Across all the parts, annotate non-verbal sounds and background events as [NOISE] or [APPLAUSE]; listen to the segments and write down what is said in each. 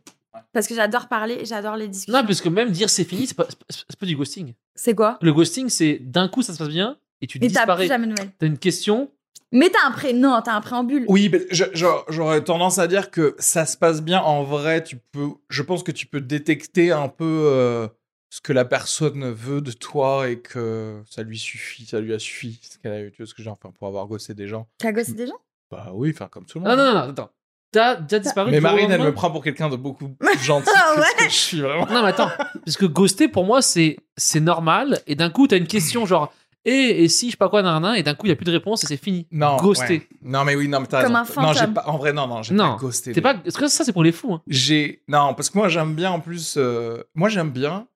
Parce que j'adore parler et j'adore les discussions. Non, parce que même dire c'est fini, c'est pas, c'est pas- c'est pas du ghosting. C'est quoi Le ghosting, c'est d'un coup, ça se passe bien et tu Et t'as plus disparais. jamais de nouvelles. T'as une question. Mais t'as un pré... non, t'as un préambule. Oui, ben, je- je- j'aurais tendance à dire que ça se passe bien. En vrai, tu peux, je pense que tu peux détecter un peu euh, ce que la personne veut de toi et que ça lui suffit, ça lui a suffi. Ce qu'elle a eu, tu vois ce que j'ai enfin pour avoir gossé des gens. T'as gossé des gens Bah oui, enfin comme tout le Ah, monde. non, non, non, attends. T'as déjà disparu. mais du jour au Marine, elle lendemain me prend pour quelqu'un de [LAUGHS] beaucoup plus gentil Ah que ce ouais. que je suis vraiment. Non, mais attends. parce que ghoster, pour moi, c'est c'est normal. Et d'un coup, t'as une question genre. Eh, Et, et si, je sais pas quoi, nan, nan, et d'un coup, il n'y a plus de réponse et c'est fini. Non, Ghoster. ouais. Non, mais oui, non, mais t'as Comme raison. un Non, j'ai fantôme. pas. En vrai, non, non, j'ai Non, pas ghosté. T'es des pas... Parce que ça, c'est pour les fous. hein. J'ai non parce que moi j'aime bien en plus euh, moi j'aime bien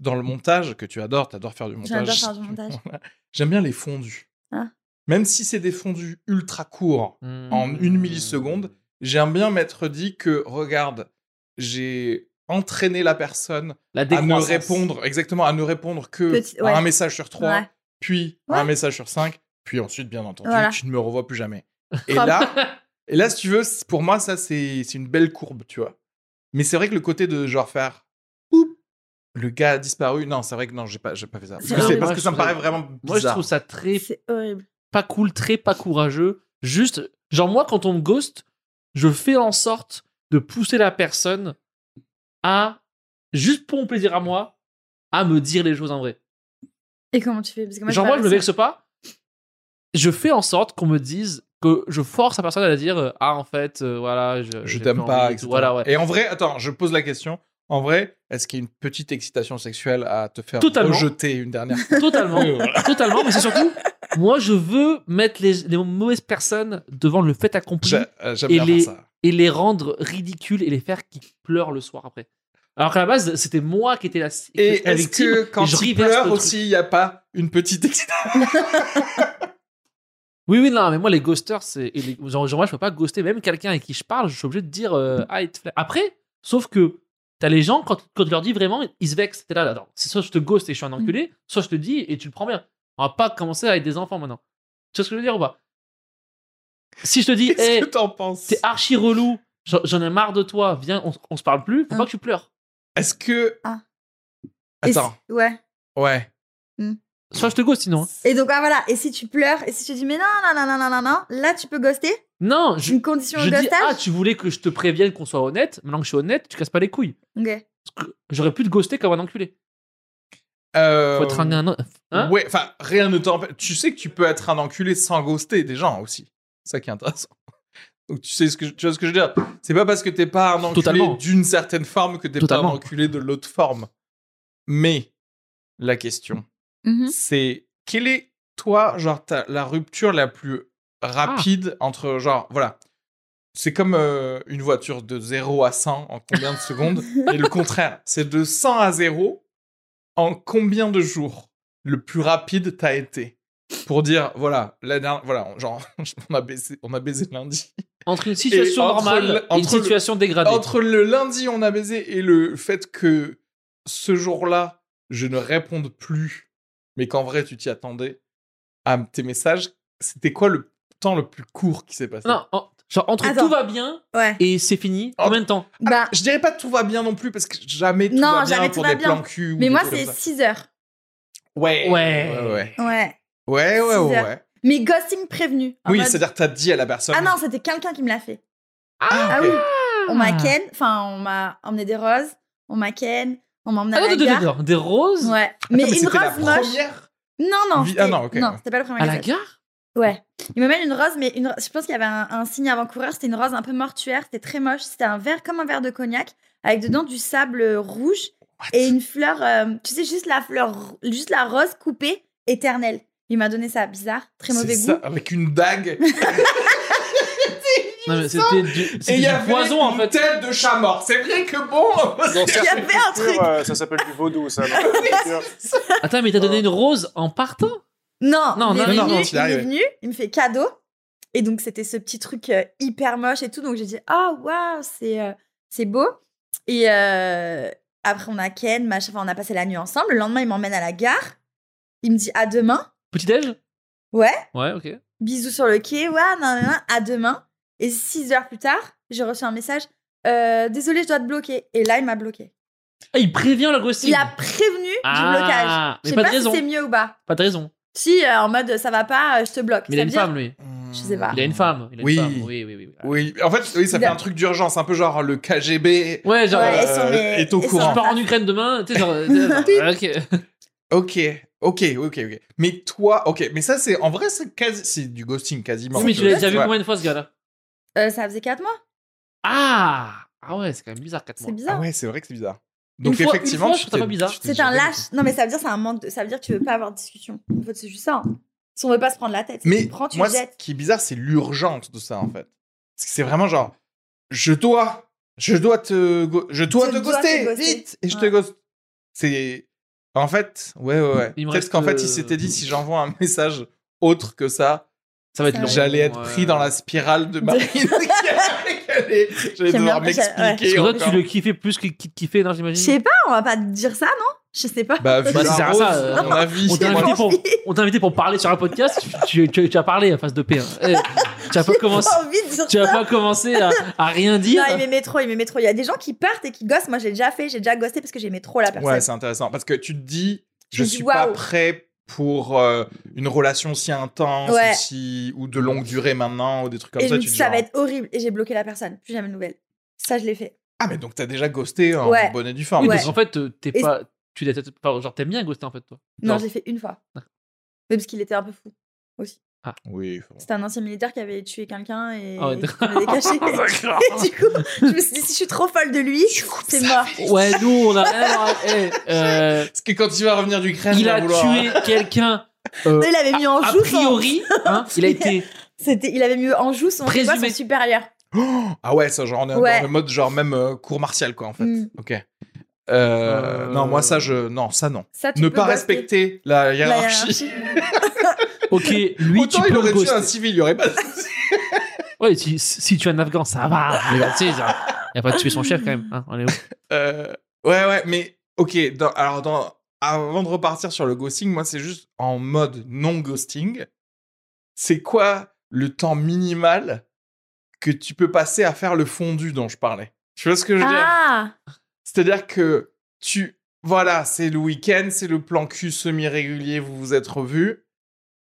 dans le montage que tu adores, t'adores faire du montage. J'adore faire [LAUGHS] du montage. J'aime bien les fondus. Ah. Même si c'est des fondus ultra courts, En une milliseconde. j'aime bien m'être dit que regarde, j'ai entraîné la personne La à ne décroissance. répondre exactement à ne répondre que Petit- à un ouais. message sur trois, Ouais. puis à Ouais. un message sur cinq, puis ensuite bien entendu Voilà. tu ne me revois plus [LAUGHS] jamais. Et Hop. là et là, si tu veux, c'est- pour moi, ça, c'est c'est une belle courbe, tu vois. Mais c'est vrai que le côté de genre faire Oup, le gars a disparu. Non, c'est vrai que non, j'ai pas, j'ai pas fait ça. Parce C'est que, c'est- horrible. parce Moi, que je ça me trouve paraît ça- vraiment bizarre. Moi, je trouve ça très C'est horrible. pas cool, très pas courageux. Juste, genre moi, quand on me ghost, je fais en sorte de pousser la personne à, juste pour mon plaisir à moi, à me dire les choses en vrai. Et comment tu fais Parce que moi, genre j'ai moi, pas je me réussi. vexe pas. Je fais en sorte qu'on me dise que je force la personne à dire euh, ah en fait euh, voilà je, Je j'ai t'aime plus pas, envie et tout. etc. voilà ouais Et en vrai, attends, je pose la question. En vrai, est-ce qu'il y a une petite excitation sexuelle à te faire Totalement. rejeter une dernière [LAUGHS] fois [LAUGHS] totalement Oui, voilà. totalement mais c'est surtout moi je veux mettre les, les mauvaises personnes devant le fait accompli J'a- euh, J'aime Et bien les- faire ça. et les rendre ridicules et les faire qui pleurent le soir après. Alors qu'à la base, c'était moi qui étais la, Et la est-ce victime. que quand et je tu reverse le pleures truc. aussi, il n'y a pas une petite excitation Oui, oui, non, mais moi, les ghosters, c'est. et les- Genre, genre, moi, je peux pas ghoster même quelqu'un avec qui je parle, je suis obligé de dire. euh, ah, il te fla- Après, sauf que t'as les gens, quand, quand tu leur dis vraiment, ils se vexent. T'es là, là, non. C'est soit je te ghost et je suis un enculé, soit je te dis et tu le prends bien. On va pas commencer avec des enfants maintenant. Tu vois ce que je veux dire ou pas Si je [LAUGHS] te dis, Qu'est-ce hey, que t'en penses eh, t'es archi relou, j'en- j'en ai marre de toi, viens, on, on se parle plus, faut Hein. pas que tu pleures. Est-ce que. Ah. Et si- Attends, Ouais. ouais. Soit je te ghost sinon. hein. Et donc, ah, voilà. Et si tu pleures, et si tu dis, mais non, non, non, non, non, non, non, là, tu peux ghoster. Non, je, Une condition Je de dis, ghostage. ah, tu voulais que je te prévienne qu'on soit honnête. Maintenant que je suis honnête, tu casses pas les couilles. Ok. Parce que J'aurais pu te ghoster comme un enculé. Euh, Faut être un- un. hein ouais, enfin, rien ne t'empêche. Tu sais que tu peux être un enculé sans ghoster des gens aussi. C'est ça qui est intéressant. Donc tu sais ce que je- tu vois ce que je veux dire. C'est pas parce que t'es pas un enculé Totalement. d'une certaine forme que t'es pas un Totalement. enculé de l'autre forme. Mais la question, Mhm. c'est quelle est toi, genre ta- la rupture la plus rapide entre genre voilà. C'est comme euh, une voiture de 0 à 100 en combien de secondes Et le contraire, c'est de 100 à 0 en combien de jours le plus rapide t'as été Pour dire, voilà, la dernière, voilà, on- genre, [LAUGHS] on a baisé, on a baisé lundi. Entre une situation Et entre le- normale et une entre le- situation dégradée. Entre le lundi on a baisé et le fait que ce jour-là, je ne réponde plus, mais qu'en vrai tu t'y attendais à tes messages, c'était quoi le temps le plus court qui s'est passé Non, en- genre entre Attends. tout va bien Ouais. et c'est fini. Oh. Combien de temps Bah, Je dirais pas tout va bien non plus parce que jamais tout Non, va bien jamais tout pour va des bien. plans cul. ou mais des moi, trucs c'est comme ça. 6 heures. Ouais. Ouais. Ouais, ouais. Ouais. Ouais, ouais, Six ouais. heures. Mais ghosting prévenu. En Oui, mode- c'est-à-dire que t'as dit à la personne. Ah non, c'était quelqu'un qui me l'a fait. Ah, Ah ok. oui. On m'a ken, enfin, on m'a emmené des roses, on m'a ken, on m'a emmené Ah à non, la non, non, gare. non, non, Des roses Ouais, mais, Attends, une c'était la rose moche. première Non, non, Vi- c'était- ah non, ok, ouais. c'était pas le premier à la message. gare Ouais. Il m'amène une rose, mais une... ro- je pense qu'il y avait un, un signe avant-coureur. C'était une rose un peu mortuaire, c'était très moche. C'était un verre comme un verre de cognac, avec dedans du sable rouge What et une fleur, euh, tu sais, juste la fleur, ro- juste la rose coupée, éternelle. Il m'a donné ça, bizarre, très mauvais C'est goût. [LAUGHS] ça, avec une [LAUGHS] dague. Non, mais c'était du, c'était Et il y du avait poison en une fait. tête de chat mort. C'est vrai que bon. [LAUGHS] Dans Il y certaines avait un cultures, truc. euh, ça s'appelle du vaudou, ça. dans certaines cultures. [LAUGHS] Attends, mais t'as donné une rose en partant Non, Non, non, il est non, venu, non, tu il l'as est arrivé. venu, il me fait cadeau. Et donc, c'était ce petit truc euh, hyper moche et tout. Donc, j'ai dit, ah, waouh, c'est euh, C'est beau. Et euh, après, on a Ken, machin. Enfin, on a passé la nuit ensemble. Le lendemain, il m'emmène à la gare. Il me dit à demain. Petit déj Ouais. Ouais, ok. Bisous sur le quai. Ouais, nan, nan, nan, à demain. Et six heures plus tard, j'ai reçu un message. Euh, désolé, je dois te bloquer. Et là, il m'a bloqué. Ah, il prévient la grossine. Il a prévenu du blocage. Ah, mais Je sais pas pas, de si raison. c'est mieux ou pas. Pas de raison. Si, euh, en mode ça va pas, euh, je te bloque. Mais il a Ça une veut dire- femme, lui. Je sais pas. Il a une femme. Il a une Ah. Oui. femme, Oui, oui, oui. oui. Oui, en fait, oui, ça Il fait a- un truc d'urgence, un peu genre le KGB. Ouais, genre. Ouais, euh, elles sont les- est au elles sont- courant. Je pars en Ukraine demain, [LAUGHS] tu sais, genre. euh, ok. Ok, ok, ok, ok. Mais toi, ok, mais ça, c'est en vrai, c'est quasi, c'est du ghosting quasiment. Oui, mais tu l'as déjà vu Ouais. combien de fois ce gars-là Euh, ça faisait 4 mois. Ah Ah ouais, c'est quand même bizarre, 4 mois. C'est Ah bizarre. ouais, c'est vrai que c'est bizarre. Donc fois- une effectivement, fois, je tu trouve ça t'es- pas bizarre. tu t'es C'est un jamais- lâche. Non, mais ça veut dire c'est un manque de. Ça veut dire que tu veux pas avoir de discussion. En fait, c'est juste ça. hein. Si on veut pas se prendre la tête, Mais tu prends, tu moi, le ce jettes. qui est bizarre, c'est l'urgence de ça, en fait. Parce que c'est vraiment genre, je dois, je dois te, go- je dois Je te dois te ghoster, ghoster. vite, et je te Ouais. ghost. C'est, en fait, ouais, ouais, ouais. Il me Peut-être reste, qu'en fait, euh, il s'était dit, si j'envoie un [LAUGHS] message autre que ça, Ça va être long. j'allais être ouais. pris dans la spirale de [LAUGHS] Marine. J'allais j'allais J'aime devoir bien, j'aime- ouais. m'expliquer. Parce que toi, encore. tu le kiffais plus qu'il te kiffait, non, Je j'imagine sais pas, on va pas dire ça, non Je sais pas. Bah, vu Bah, ça sert à ça, l'arrose, euh, à mon avis, on t'a moi, invité, pour, on t'a invité pour parler sur un podcast, tu, tu- tu- tu as parlé à face de P. hein. Eh, tu as pas commencé, J'ai pas envie de dire tu as ça. pas commencé à, à rien dire. Non, il m'aimait trop, il m'aimait trop. Il y a des gens qui partent et qui gossent. Moi, j'ai déjà fait, j'ai déjà gossé parce que j'aimais trop la personne. Ouais, c'est intéressant parce que tu te dis, je me dis, suis pas waouh. prêt pour euh, une relation si intense Ouais. ou, si- ou de longue durée maintenant ou des trucs comme et je ça. me Tu dis, te dis, hein. ça va genre, être horrible. Et j'ai bloqué la personne. Plus jamais de nouvelles. Ça, je l'ai fait. ah mais donc t'as déjà ghosté en Ouais. bonne et due forme. Oui, Ouais. parce qu'en fait, euh, t'es Et- pas. Tu l'as- enfin, genre, t'aimes bien ghoster en fait, toi. Non, Genre, j'ai fait une fois. [LAUGHS] Mais parce qu'il était un peu fou. Oui, faut- C'était un ancien militaire qui avait tué quelqu'un et Oh, Ah ouais, qui [LAUGHS] l'avait caché. [LAUGHS] [LAUGHS] D'accord. Et du coup, je me suis dit, si je suis trop folle de lui, c'est mort. Ouais, nous, on a. alors, eh, euh, Parce que quand il va revenir d'Ukraine, il a va vouloir- tué quelqu'un. euh, Il avait mis en a joue son- priori, hein, il a été. C'était, il avait mis en joue son, c'est quoi, son Présumé. supérieur. Ah ouais, ça genre on est Ouais. dans le mode genre même euh, cours martial quoi en fait. Mm. Ok. Euh, Non moi ça je non ça non. Ça, tu Ne peux pas ghoster. respecter la La hiérarchie. [LAUGHS] hiérarchie. Ok, lui, Autant tu il peux aurait le tué un ghoster. civil, il y aurait pas. de- [LAUGHS] Ouais, si, si tu es un Afghan, ça va. Mais bah, tu sais, genre, il a pas tué son chef quand même. hein, on est où Euh, ouais, ouais, mais ok. dans- alors, dans, avant de repartir sur le ghosting, moi, c'est juste en mode non ghosting. C'est quoi le temps minimal que tu peux passer à faire le fondu dont je parlais Tu vois ce que [LAUGHS] je veux dire Ah, C'est-à-dire que tu, voilà, c'est le week-end, c'est le plan cul semi régulier, vous vous êtes revus,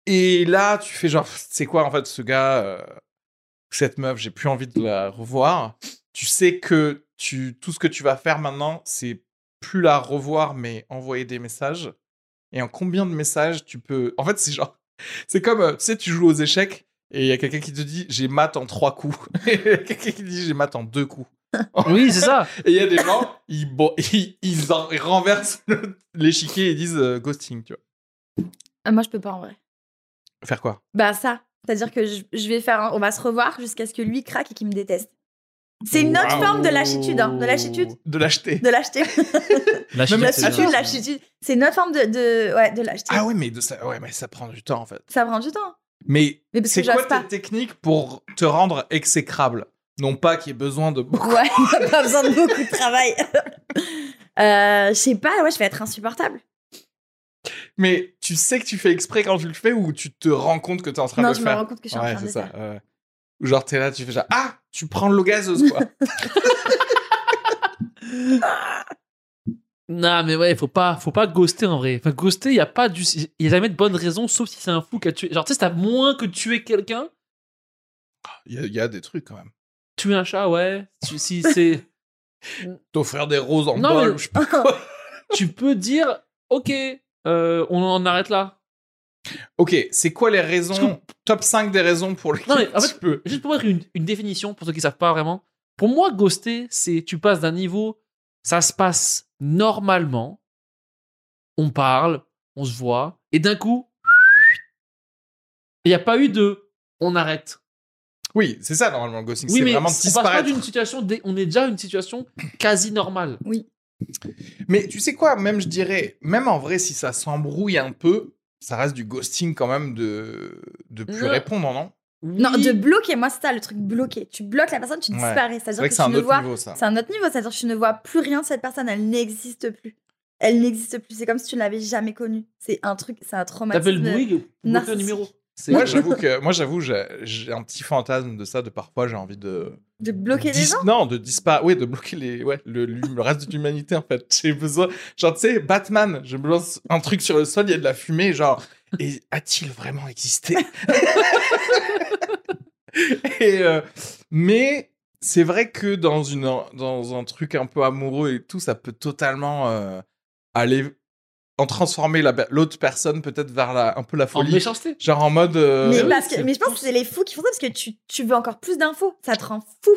et là, tu fais genre, c'est quoi en fait ce gars, euh, cette meuf, j'ai plus envie de la revoir tu sais que tu, tout ce que tu vas faire maintenant, c'est plus la revoir, mais envoyer des messages. Et en combien de messages tu peux. En fait, c'est genre. C'est comme, euh, tu sais, tu joues aux échecs et il y a quelqu'un qui te dit j'ai mat en trois coups. [LAUGHS] Et il y a quelqu'un qui dit j'ai mat en deux coups. [LAUGHS] Oui, c'est ça. Et il y a des gens, ils, bo- [LAUGHS] ils, ils en- ils renversent le- l'échiquier et disent euh, ghosting, tu vois. Ah, moi je peux pas en vrai. Faire quoi Bah ça, c'est-à-dire que je, je vais faire, un- on va se revoir jusqu'à ce que lui craque et qu'il me déteste. C'est une autre Waouh. forme de lâchitude, hein, de lâchitude, De l'acheter. [LAUGHS] de lâcheté, Lâchitude, Même c'est- lâchitude, lâchitude. C'est une autre forme de, de ouais, de lâcheté. Ah ouais mais, de ça, ouais, mais ça prend du temps en fait. Ça prend du temps. Mais Mais parce c'est que quoi j'ose ta pas. technique pour te rendre exécrable Non pas qu'il y ait besoin de [LAUGHS] Ouais, [LAUGHS] pas besoin de beaucoup de travail. [LAUGHS] Euh, je sais pas, ouais, je vais être insupportable. Mais tu sais que tu fais exprès quand tu le fais ou tu te rends compte que t'es en train Non, de je le me faire rends compte que je suis en Ouais, train c'est de ça. ça. ouais. Ou genre t'es là, tu fais genre Ah, tu prends l'eau gazeuse quoi. Non, mais ouais, faut pas, faut pas ghoster en vrai. Enfin, ghoster, y a pas du, y a jamais de bonne raison, sauf si c'est un fou qui a tué. Genre, tu sais, t'as moins que tuer quelqu'un, [LAUGHS] Il y, a- il y a des trucs quand même. tuer un chat, ouais. Tu, si c'est, T'offrir des roses en Non, bol, mais- je sais pas quoi. tu peux dire, ok, euh, on en arrête là. ok, c'est quoi les raisons Top 5 des raisons pour lesquelles mais en tu fait- peux. Juste pour mettre une, une définition pour ceux qui savent pas vraiment. Pour moi, ghoster, c'est tu passes d'un niveau, ça se passe normalement, on parle, on se voit, et d'un coup, il n'y a pas eu de, on arrête. Oui, c'est ça normalement le ghosting. Oui, c'est mais vraiment de on passe pas disparaître. d'une situation, dé- on est déjà à une situation quasi normale. Mais tu sais quoi, même je dirais, même en vrai, si ça s'embrouille un peu, ça reste du ghosting quand même de, de plus Non. répondre, non [LAUGHS] Non, Oui. de bloquer, moi c'est ça le truc bloqué. Tu bloques la personne, tu Ouais. disparais. C'est C'est-à-dire vrai que, que c'est tu un ne autre vois. niveau, ça. C'est un autre niveau, c'est-à-dire que tu ne vois plus rien de cette personne, elle n'existe plus. Elle n'existe plus, c'est comme si tu ne l'avais jamais connue. C'est un truc, c'est un T'appelles traumatisme. Bouygues, bloqué au narcissique. numéro. C'est- Moi, j'avoue que moi, j'avoue, j'ai j'ai un petit fantasme de ça. De parfois, j'ai envie de De bloquer les dis- gens Non, de disparaître. Oui, de bloquer les, ouais, le, l'hum- le reste de l'humanité, en fait. J'ai besoin. Genre, tu sais, Batman, je me lance un truc sur le sol, il y a de la fumée, genre. Et a-t-il vraiment existé [LAUGHS] Et, euh, Mais c'est vrai que dans, une, dans un truc un peu amoureux et tout, ça peut totalement euh, aller en transformer la, l'autre personne peut-être vers la, un peu la En folie. méchanceté. Genre en mode. euh, mais, oui, parce que, c'est mais je pense que plus- c'est les fous qui font ça parce que tu, tu veux encore plus d'infos, ça te rend fou.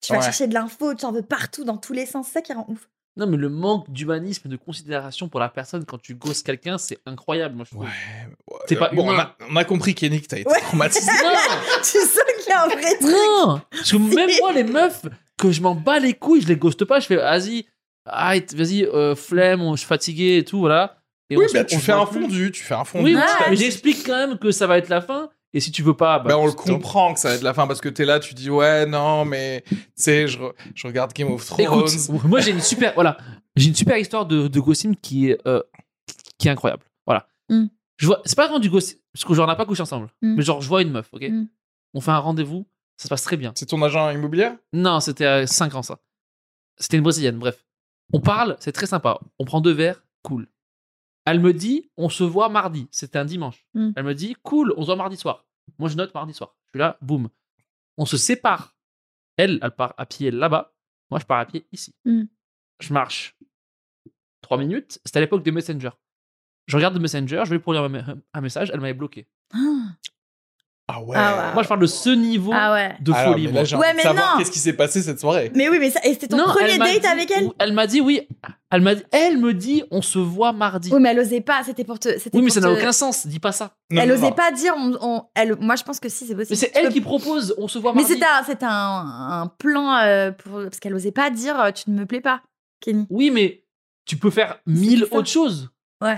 Tu vas Ouais. chercher de l'info, tu en veux partout, dans tous les sens, c'est ça qui rend ouf. [LAUGHS] Non, mais le manque d'humanisme et de considération pour la personne quand tu gosses quelqu'un, c'est incroyable, moi je trouve. Ouais. T'es euh, pas bon, on humain. a, on a compris qu'Yannick, t'as été Ouais. traumatisé. Non tu sens qu'il y a un vrai truc. Non [LAUGHS] Parce que même moi, les meufs, que je m'en bats les couilles, je les ghoste pas, je fais vas-y, arrête, vas-y, euh, flemme, on- je suis fatigué et tout, voilà. Et oui, on se- bah, on tu se fais voit un plus. fondu, tu fais un fondu. Oui, Ouais. mais j'explique quand même que ça va être la fin, et si tu veux pas, bah, Bah, on le stop. comprend que ça va être la fin parce que t'es là, tu dis ouais, non, mais tu sais, je, re- je regarde Game of Thrones. Écoute, [LAUGHS] moi j'ai une super, voilà, j'ai une super histoire de, de ghosting qui est, euh, qui est incroyable. Voilà. Mm. Je vois, c'est pas vraiment du ghosting, parce que genre on n'a pas couché ensemble, Mm. mais genre je vois une meuf, ok. Mm. On fait un rendez-vous, ça se passe très bien. C'est ton agent immobilier Non, c'était à 5 ans ça. C'était une brésilienne, bref. On parle, c'est très sympa. On prend deux verres, cool. Elle me dit, on se voit mardi. C'était un dimanche. Mm. Elle me dit, cool, on se voit mardi soir. Moi, je note mardi soir. Je suis là, boum. On se sépare. Elle, elle part à pied là-bas. Moi, je pars à pied ici. Mm. Je marche. Trois minutes. C'était à l'époque des Messenger. Je regarde le Messenger, je vais pour lire un un message, elle m'avait bloqué. Ah ouais. Ah Moi, je parle de ce niveau Ah ouais. de Alors, folie. mais moi. là, j'ai Ouais, envie de mais savoir non. qu'est-ce qui s'est passé cette soirée. Mais oui, mais ça, et c'était ton Non, premier elle m'a date dit- avec elle ou- Elle m'a dit oui. Elle m'a dit, elle me dit, on se voit mardi. Oui, mais elle osait pas, c'était pour te. c'était Oui, mais pour ça n'a te- aucun sens. Dis pas ça. Non, elle non, osait non. pas dire. on- on- elle, moi, je pense que si, c'est possible. Mais c'est Tu elle peux- qui propose, on se voit Mais mardi. c'était un, c'était un, un plan euh, pour parce qu'elle osait pas dire euh, tu ne me plais pas, Kenny. Oui, mais tu peux faire mille ça. autres choses. Euh,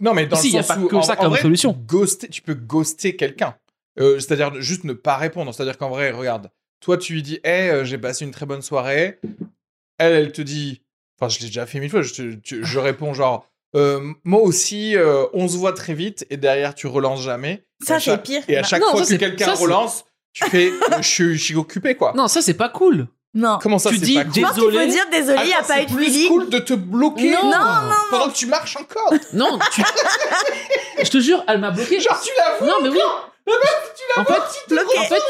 non, mais dans si, il n'y le a sens pas où, que en- ça en comme vrai, solution. ghoster, tu peux ghoster quelqu'un. Euh, C'est-à-dire de- juste ne pas répondre. C'est-à-dire qu'en vrai, regarde, toi tu lui dis hey, euh, j'ai passé une très bonne soirée. Elle, elle te dit, enfin je l'ai déjà fait mille fois, je, te- tu- je réponds genre Euh, moi aussi, euh, on se voit très vite et derrière tu relances jamais. et Ça à c'est chaque, pire. et à Bah, chaque Non, fois ça, que c'est- quelqu'un ça, c'est- relance, tu fais euh, je, suis- je suis occupé quoi. Non, ça, c'est pas cool. Non. Comment ça tu c'est dis pas cool Je pense qu'il faut Désolé. dire désolé, il n'y a Attends, pas c'est eu de plus feeling. cool de te bloquer Non, non, pendant que tu marches encore. Non, [LAUGHS] tu. Je te jure, elle m'a bloqué. Genre tu l'as Non, mais oui. En fait, Bloqué. en fait.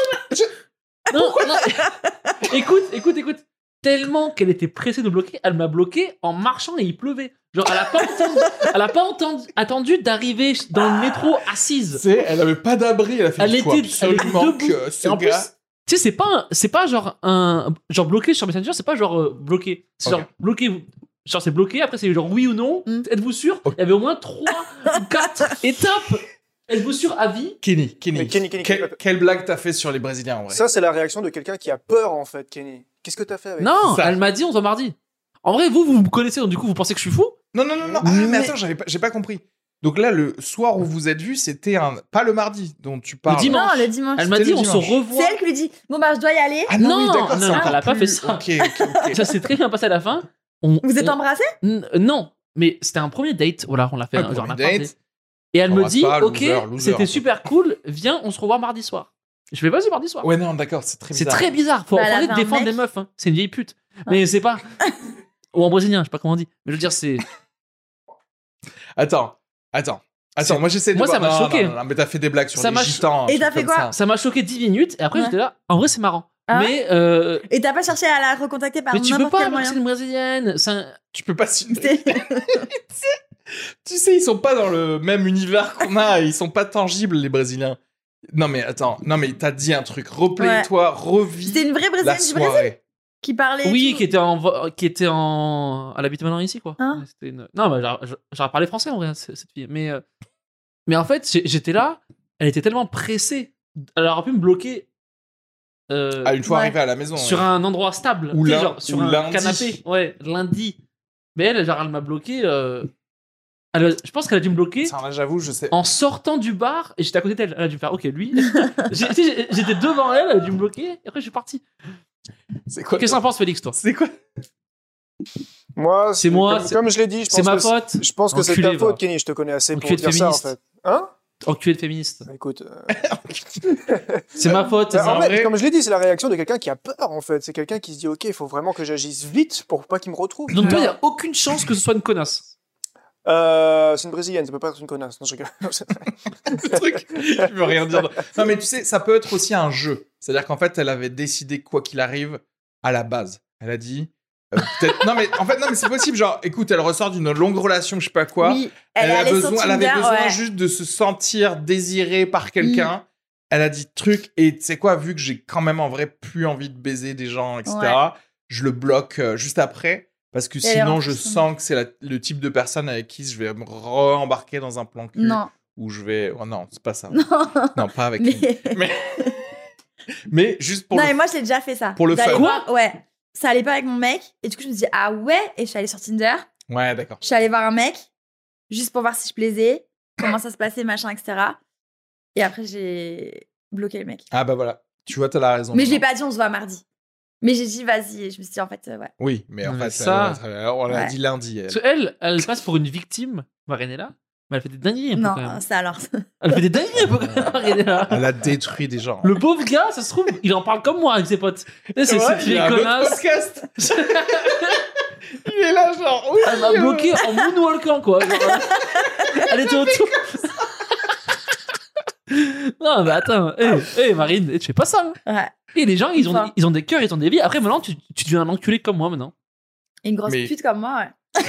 Non, non. [LAUGHS] écoute, écoute, écoute. Tellement qu'elle était pressée de bloquer, elle m'a bloqué en marchant et il pleuvait. Genre, elle a [LAUGHS] pas entendu, elle a pas entendu, attendu d'arriver dans Ah. le métro assise. C'est- elle avait pas d'abri, elle a fait Elle il faut était- elle était absolument debout. que ce Et en plus, gars. Tu sais, c'est pas, un- c'est pas genre un. Genre bloqué sur Messenger, c'est pas genre euh, bloqué. C'est Ok. Hmm. genre bloqué. vous- Genre c'est bloqué, après c'est genre oui ou non. Mm. Êtes-vous sûr Ok. Il y avait au moins 3 ou [LAUGHS] 4 étapes. Êtes-vous sûr à vie Kenny, Kenny. Mais Kenny, Kenny, Quelle- Kenny. quelle blague t'as fait sur les Brésiliens en vrai Ça, c'est la réaction de quelqu'un qui a peur, en fait, Kenny. Qu'est-ce que t'as fait avec Non, Ça. elle m'a dit on se voit mardi. En vrai, vous, vous me connaissez, donc du coup vous pensez que je suis fou Non, non, non, non. Ah, mais, Mais- attends, j'avais pas- j'ai pas compris. Donc là, le soir où vous êtes vus, c'était un. Pas le mardi dont tu parles. dimanche. Non, le dimanche. Elle m'a C'était dit le on se dimanche. revoit. C'est elle qui lui dit bon bah je dois y aller. Ah non, Non, oui, d'accord, non, c'est encore elle a pas plus- fait ça. Ok, ok, ok. [LAUGHS] Ça s'est très bien passé à la fin. On- Vous êtes on- embrassés N- Non, mais c'était un premier date. Voilà, on l'a fait. Un hein, genre, on a premier parlé. date. Et elle me Embrasse dit pas, ok, loser, loser, en fait. c'était super cool. Viens, on se revoit mardi soir. Je vais pas ce mardi soir. Ouais, non, d'accord, c'est très C'est bizarre. très bizarre. Faut Bah, elle arrêter de avait un défendre mec. les meufs. hein. C'est une vieille pute. Mais c'est pas. [LAUGHS] Ou en brésilien, je sais pas comment on dit. Mais je veux dire, c'est. Attends, attends. Attends, C'est- moi j'essaie de. Moi, voir- ça m'a non, choqué. Non, non, non, mais t'as fait des blagues sur Ça les m'a cho- gitans. un Et t'as truc fait comme quoi ça. Ça m'a choqué 10 minutes. Et après, Ouais. j'étais là. En vrai, c'est marrant. Ah ouais mais euh, Et t'as pas cherché à la recontacter par mais tu peux n'importe pas quel parce que moyen. c'est une brésilienne. c'est un- Tu peux pas signer. C'était- Tu sais, ils sont pas dans le même univers qu'on a, ils sont pas tangibles, les Brésiliens. Non, mais attends, non, mais t'as dit un truc, replay-toi, C'était revis une vraie la brésilienne du Brésil soirée. qui parlait. et Oui, tout. qui était en, vo- qui était en, elle habite maintenant ici quoi. Hein Ouais, c'était une- Non, mais j'aurais- j'aurais parlé français en vrai c- cette fille. Mais, euh, mais en fait, j'ai- j'étais là, elle était tellement pressée, elle aurait pu me bloquer euh, Ah, une fois Ouais. arrivé à la maison. sur ouais. un endroit stable, Ou tu sais, lin- genre sur ou un lundi. canapé, ouais, lundi. Mais elle, genre, elle m'a bloqué. euh, Elle a- je pense qu'elle a dû me bloquer Ça, là, j'avoue, je sais. en sortant du bar et j'étais à côté d'elle. Elle a dû me faire OK, lui. [LAUGHS] J'ai- tu sais, J'étais devant elle, elle a dû me bloquer et après je suis parti. Euh, C'est quoi Qu'est-ce que t'en penses, Félix, toi C'est quoi Moi, C'est moi, Comme, c'est- comme je l'ai dit, je C'est pense ma que pote, Je pense que c'est Enculé, ta va. faute, Kenny. Je te connais assez pour Enculé de dire ça, en féministe. fait. Hein enculé de féministe. Écoute. euh, C'est Euh, ma faute, c'est bah, en ça. fait, vrai. comme je l'ai dit, c'est la réaction de quelqu'un qui a peur, en fait. C'est quelqu'un qui se dit, ok, il faut vraiment que j'agisse vite pour pas qu'il me retrouve. Donc toi, il n'y a aucune chance que ce soit une connasse. Euh, c'est une brésilienne, ça peut pas être une connasse. Non, je rigole. le [LAUGHS] truc Je veux rien dire. Non, mais tu sais, ça peut être aussi un jeu. C'est-à-dire qu'en fait, elle avait décidé quoi qu'il arrive à la base. Elle a dit. euh, peut-être- non mais en fait non mais c'est possible genre écoute elle ressort d'une longue relation je sais pas quoi Oui, elle, est a allée besoin, sur elle avait Tinder, besoin ouais. Mm. juste de se sentir désirée par quelqu'un. Elle a dit truc, et tu sais quoi, vu que j'ai quand même en vrai plus envie de baiser des gens, etc., Ouais. je le bloque euh, juste après, parce que elle est sinon je rentrée. sens que c'est la- le type de personne avec qui je vais me re-embarquer dans un plan cul. Non, [LAUGHS] Où je vais. Oh non, c'est pas ça. [LAUGHS] Non, non, pas avec lui. mais... Mais juste pour. non, le- mais moi, j'ai déjà fait ça. pour le J'allais fun. voir- Ouais. Ça allait pas avec mon mec. Et du coup, je me dis, ah ouais. Et je suis allée sur Tinder. Ouais, d'accord. Je suis allée voir un mec, juste pour voir si je plaisais, comment ça se passait, machin, etc. Et après, j'ai bloqué le mec. Ah bah voilà. Tu vois, t'as la raison. Mais je l'ai Jean. pas dit, on se voit mardi. Mais j'ai dit, vas-y. Et je me suis dit, en fait, euh, ouais. Oui, mais en Non, fait, mais ça- elle- elle- on l'a Ouais. dit lundi. elle. Parce qu'elle, elle passe pour une victime, Marinella, mais elle fait des dingueries un peu quand Non, même. c'est alors. [LAUGHS] Elle fait des dingueries un peu quand même, Marinella. Elle a détruit des gens. Le pauvre gars, ça se trouve, il en parle comme moi avec ses potes. Tu sais, C'est Ouais, cette il vieille a un autre connasse. podcast. [LAUGHS] Il est là, genre. oui, Elle m'a euh, bloqué en moonwalkant, quoi. [LAUGHS] Genre, euh, elle était autour. [LAUGHS] non, mais attends. Hé, hé, Marine, eh, tu fais pas ça. hein. Ouais. Et les gens, ils ont, Enfin. ils ont des cœurs, ils ont des vies. Après, maintenant, tu, tu deviens un enculé comme moi maintenant. Une grosse Mais- pute comme moi, ouais.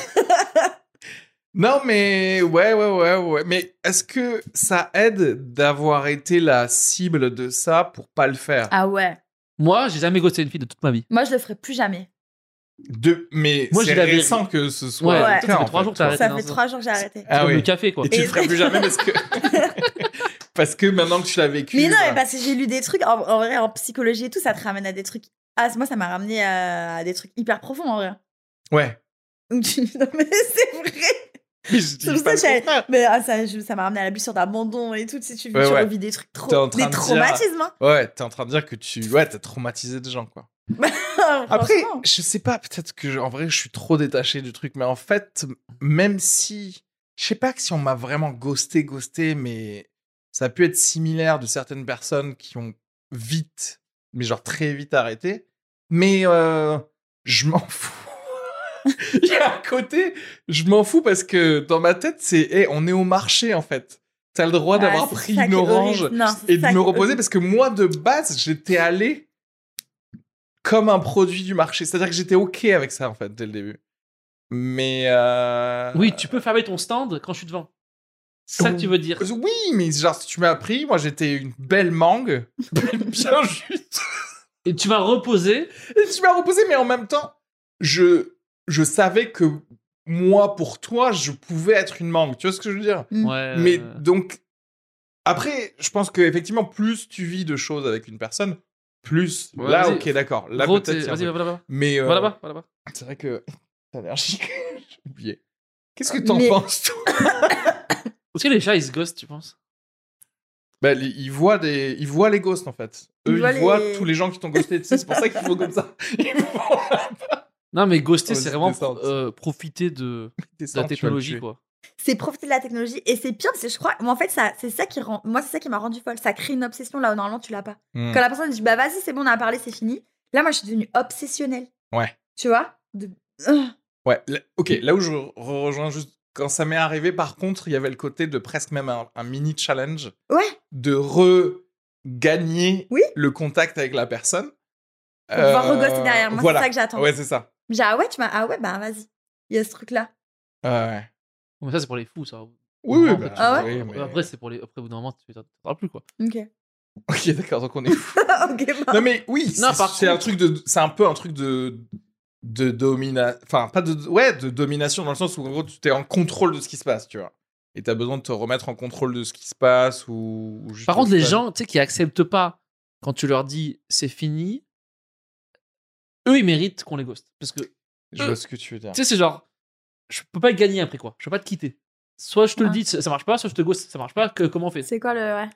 Non, mais ouais, ouais, ouais, ouais. Mais est-ce que ça aide d'avoir été la cible de ça pour pas le faire Ah ouais. Moi, j'ai jamais ghosté une fille de toute ma vie. Moi, je le ferai plus jamais. de... Mais Moi, c'est je l'avais- récent que ce soit. Ouais, le Ouais. cas, ça fait en trois fait, jours que tu vois. t'arrêtes. Ça non, fait ça- trois jours que j'ai arrêté. Ah comme oui. le café, quoi. Et tu Et- le ferais plus jamais parce [LAUGHS] que. parce que maintenant que tu l'as vécu. Mais non, bah, mais parce que j'ai lu des trucs, en, en vrai, en psychologie et tout, ça te ramène à des trucs. Ah, moi, ça m'a ramené à, à des trucs hyper profonds, en vrai. [LAUGHS] Ouais. Donc, tu- [LAUGHS] Non, mais c'est vrai. Mais je dis C'est pour ça pas que j'allais- le contraire. Mais ah, ça je- ça m'a ramené à la blessure d'abandon et tout. Si tu, Ouais, tu ouais. revis des trucs T'es en train trop. de Des dire- traumatismes, hein. [LAUGHS] Ouais, t'es en train de dire que tu. Ouais, t'as traumatisé des gens, quoi. Après, Franchement. je sais pas, peut-être que je- en vrai, je suis trop détaché du truc, mais en fait, même si. Je sais pas que si on m'a vraiment ghosté, ghosté, mais ça a pu être similaire de certaines personnes qui ont vite, mais genre très vite arrêté. Mais euh, je m'en [LAUGHS] fous. Il y a un côté, je m'en fous parce que dans ma tête, c'est hey, on est au marché en fait. T'as le droit d'avoir Ah, c'est pris ça une qui est orange horrible. Non, c'est et de ça qui me est reposer horrible. parce que moi de base j'étais allé comme un produit du marché c'est à dire que j'étais ok avec ça en fait dès le début mais euh, Oui, tu peux fermer ton stand quand je suis devant. C'est ça que tu veux dire. euh, oui mais genre si tu m'as pris moi j'étais une belle [LAUGHS] mangue bien juste Et tu vas reposer. et tu m'as reposé mais en même temps je je savais que moi pour toi je pouvais être une mangue tu vois ce que je veux dire Mm. Ouais. Mais euh, donc, après, je pense que effectivement, plus tu vis de choses avec une personne, plus. Ouais, là, vas-y. ok, d'accord. Là, gros, peut-être. t'es- il y a un Vas-y, peu- va là-bas. Mais euh, Va là-bas, va là-bas. c'est vrai que. [LAUGHS] T'as allergique. [LAUGHS] J'ai oublié. Qu'est-ce que t'en Euh, Mais- penses, toi Est-ce que les chats, ils se ghostent, tu penses bah, les- ils, voient des... ils voient les ghosts, en fait. Ils Eux, ils voient, voient les- tous les gens qui t'ont ghosté. tu sais, c'est pour ça qu'ils font comme ça. Ils vont Non, mais ghoster, Oh, c'est c'est vraiment descente. euh, profiter de, de la descendre, tu vas le technologie, tuer. quoi. C'est profiter de la technologie et c'est pire parce que je crois, moi en fait, ça, c'est ça qui rend, moi c'est ça qui m'a rendu folle. Ça crée une obsession là où normalement tu l'as pas. Hmm. Quand la personne dit bah vas-y c'est bon on a parlé c'est fini. Là moi je suis devenue obsessionnelle. Ouais. Tu vois De- Ugh. Ouais, là- ok, là où je re- rejoins juste. Quand ça m'est arrivé, par contre, il y avait le côté de presque même un, un mini challenge. Ouais. De regagner Oui. le contact avec la personne. Euh, Pour pouvoir regosser derrière. Moi voilà. c'est ça que j'attends. Ouais, c'est ça. J'ai ah ouais tu m'as ah ouais bah vas-y. Il y a ce truc là. Ouais, ouais. Mais ça, c'est pour les fous, ça. Oui, oui, Après, bah, tu- Ah oui, après, mais- Après, c'est pour les. Après, au bout d'un moment, tu t'en parles plus, quoi. Ok. [LAUGHS] [LAUGHS] Ok, d'accord, donc on est. ok. bah. non, mais oui, Non, c'est par c'est un contre- truc de. C'est un peu un truc de. De domination. Enfin, pas de. Ouais, de domination dans le sens où, en gros, tu t'es en contrôle de ce qui se passe, tu vois. Et t'as besoin de te remettre en contrôle de ce qui se passe ou. ou juste Par contre, les ça. gens, tu sais, qui acceptent pas quand tu leur dis c'est fini, eux, ils méritent qu'on les ghoste. Parce que, tu Je vois ce que tu veux dire. sais, c'est genre, je peux pas gagner après, quoi. Je peux pas te quitter. Soit je te le Ouais. dis, ça ça marche pas, soit je te ghost, ça marche pas. Que- comment on fait C'est quoi le. Ouais.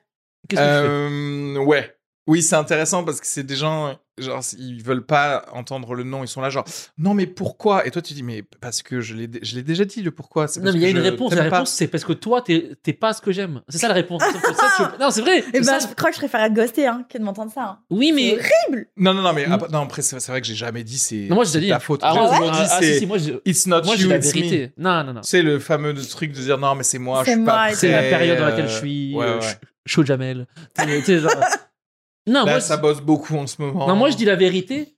Qu'est-ce que tu fais Euh, ouais. Oui, c'est intéressant parce que c'est des gens, genre, ils veulent pas entendre le nom, ils sont là, genre, non, mais pourquoi Et toi, tu dis, mais parce que je l'ai, je l'ai déjà dit, le pourquoi. c'est Non, parce mais il y a que une je réponse. La t'aime pas. réponse, c'est parce que toi, t'es t'es pas ce que j'aime. C'est ça la réponse. Sauf que ça, [LAUGHS] tu- Non, c'est vrai. Eh Et Mais ça- ben, je crois que je préfère être ghosté hein, que de m'entendre ça. hein. Oui, mais. C'est Non, non, non, mais Mm. après, non, après, c'est, c'est vrai que j'ai jamais dit c'est, Non, moi, je t'ai c'est dit. ta faute. Ah, J'ai ouais, toujours ah, dit, ah, c'est si, si, moi, je- it's not moi, j'ai you, la it's me. vérité. Non, non, non. C'est le fameux truc de dire, non, mais c'est moi, je C'est suis moi, pas et C'est la prêt, période dans euh, laquelle je suis ouais, euh, ouais. ch- [LAUGHS] chaud Jamel. Tu sais, tu sais, genre- Là, Non, moi, Bah, ça je- bosse beaucoup en ce moment. non, moi, je dis la vérité.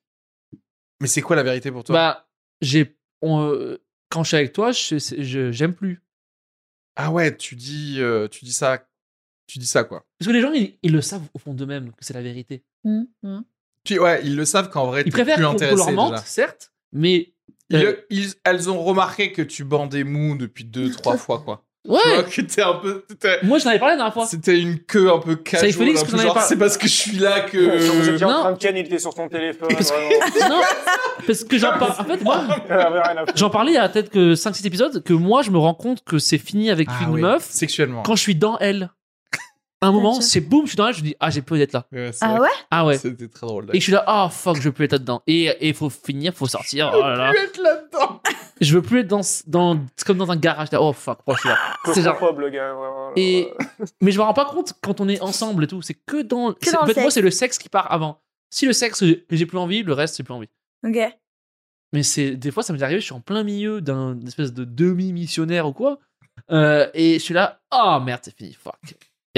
Mais c'est quoi la vérité pour toi Bah, j'ai. on, euh, Quand je suis avec toi, je- c'est- je- j'aime plus. Ah ouais, tu dis, euh, tu dis ça, tu dis ça quoi Parce que les gens, ils, ils le savent au fond d'eux-mêmes que c'est la vérité. Hum, hum. Puis ouais, ils le savent qu'en vrai, Ils t'es préfèrent plus qu'on qu'on intéressé leur mente, déjà. certes, mais. Ils- Euh, ils- elles ont remarqué que tu bandais mou depuis deux, trois fois, quoi. Tu vois Ouais! que t'es un peu... t'étais- Moi, je t'en avais parlé la dernière fois. C'était une queue un peu Ça y est, casual, Félix, un peu que j'en avais genre, pas- c'est parce que je suis là que... Vous étiez Euh, non. en train de caniter sur son téléphone. Parce vraiment. Non, parce que j'en parle. En fait, moi, Elle avait [LAUGHS] rien à foutre. j'en parlais il y a peut-être que 5-6 épisodes que moi, je me rends compte que c'est fini avec Ah une oui, meuf Sexuellement. quand je suis dans elle. À un moment, Ok. c'est boum, je suis dans elle, je dis ah, j'ai peur d'être là. Ouais, c'est Ah vrai. ouais Ah ouais. C'était très drôle. Et je suis là, ah fuck, je peux être là-dedans. Et il faut finir, faut sortir. Oh là là. Tu être là-dedans Je veux plus être dans, ce- dans c'est comme dans un garage. là. Oh fuck, oh, je suis là. [LAUGHS] C'est genre. Claustrophobe, le gars. vraiment, Et euh, mais je me rends pas compte quand on est ensemble et tout. C'est que dans. c'est- dans en le fait, moi, sexe. c'est le sexe qui part avant. Si le sexe que j'ai plus envie, le reste, j'ai plus envie. Ok. Mais c'est des fois, ça m'est arrivé, je suis en plein milieu d'un espèce de demi-missionnaire ou quoi. euh, et je suis là, oh merde, c'est fini, fuck.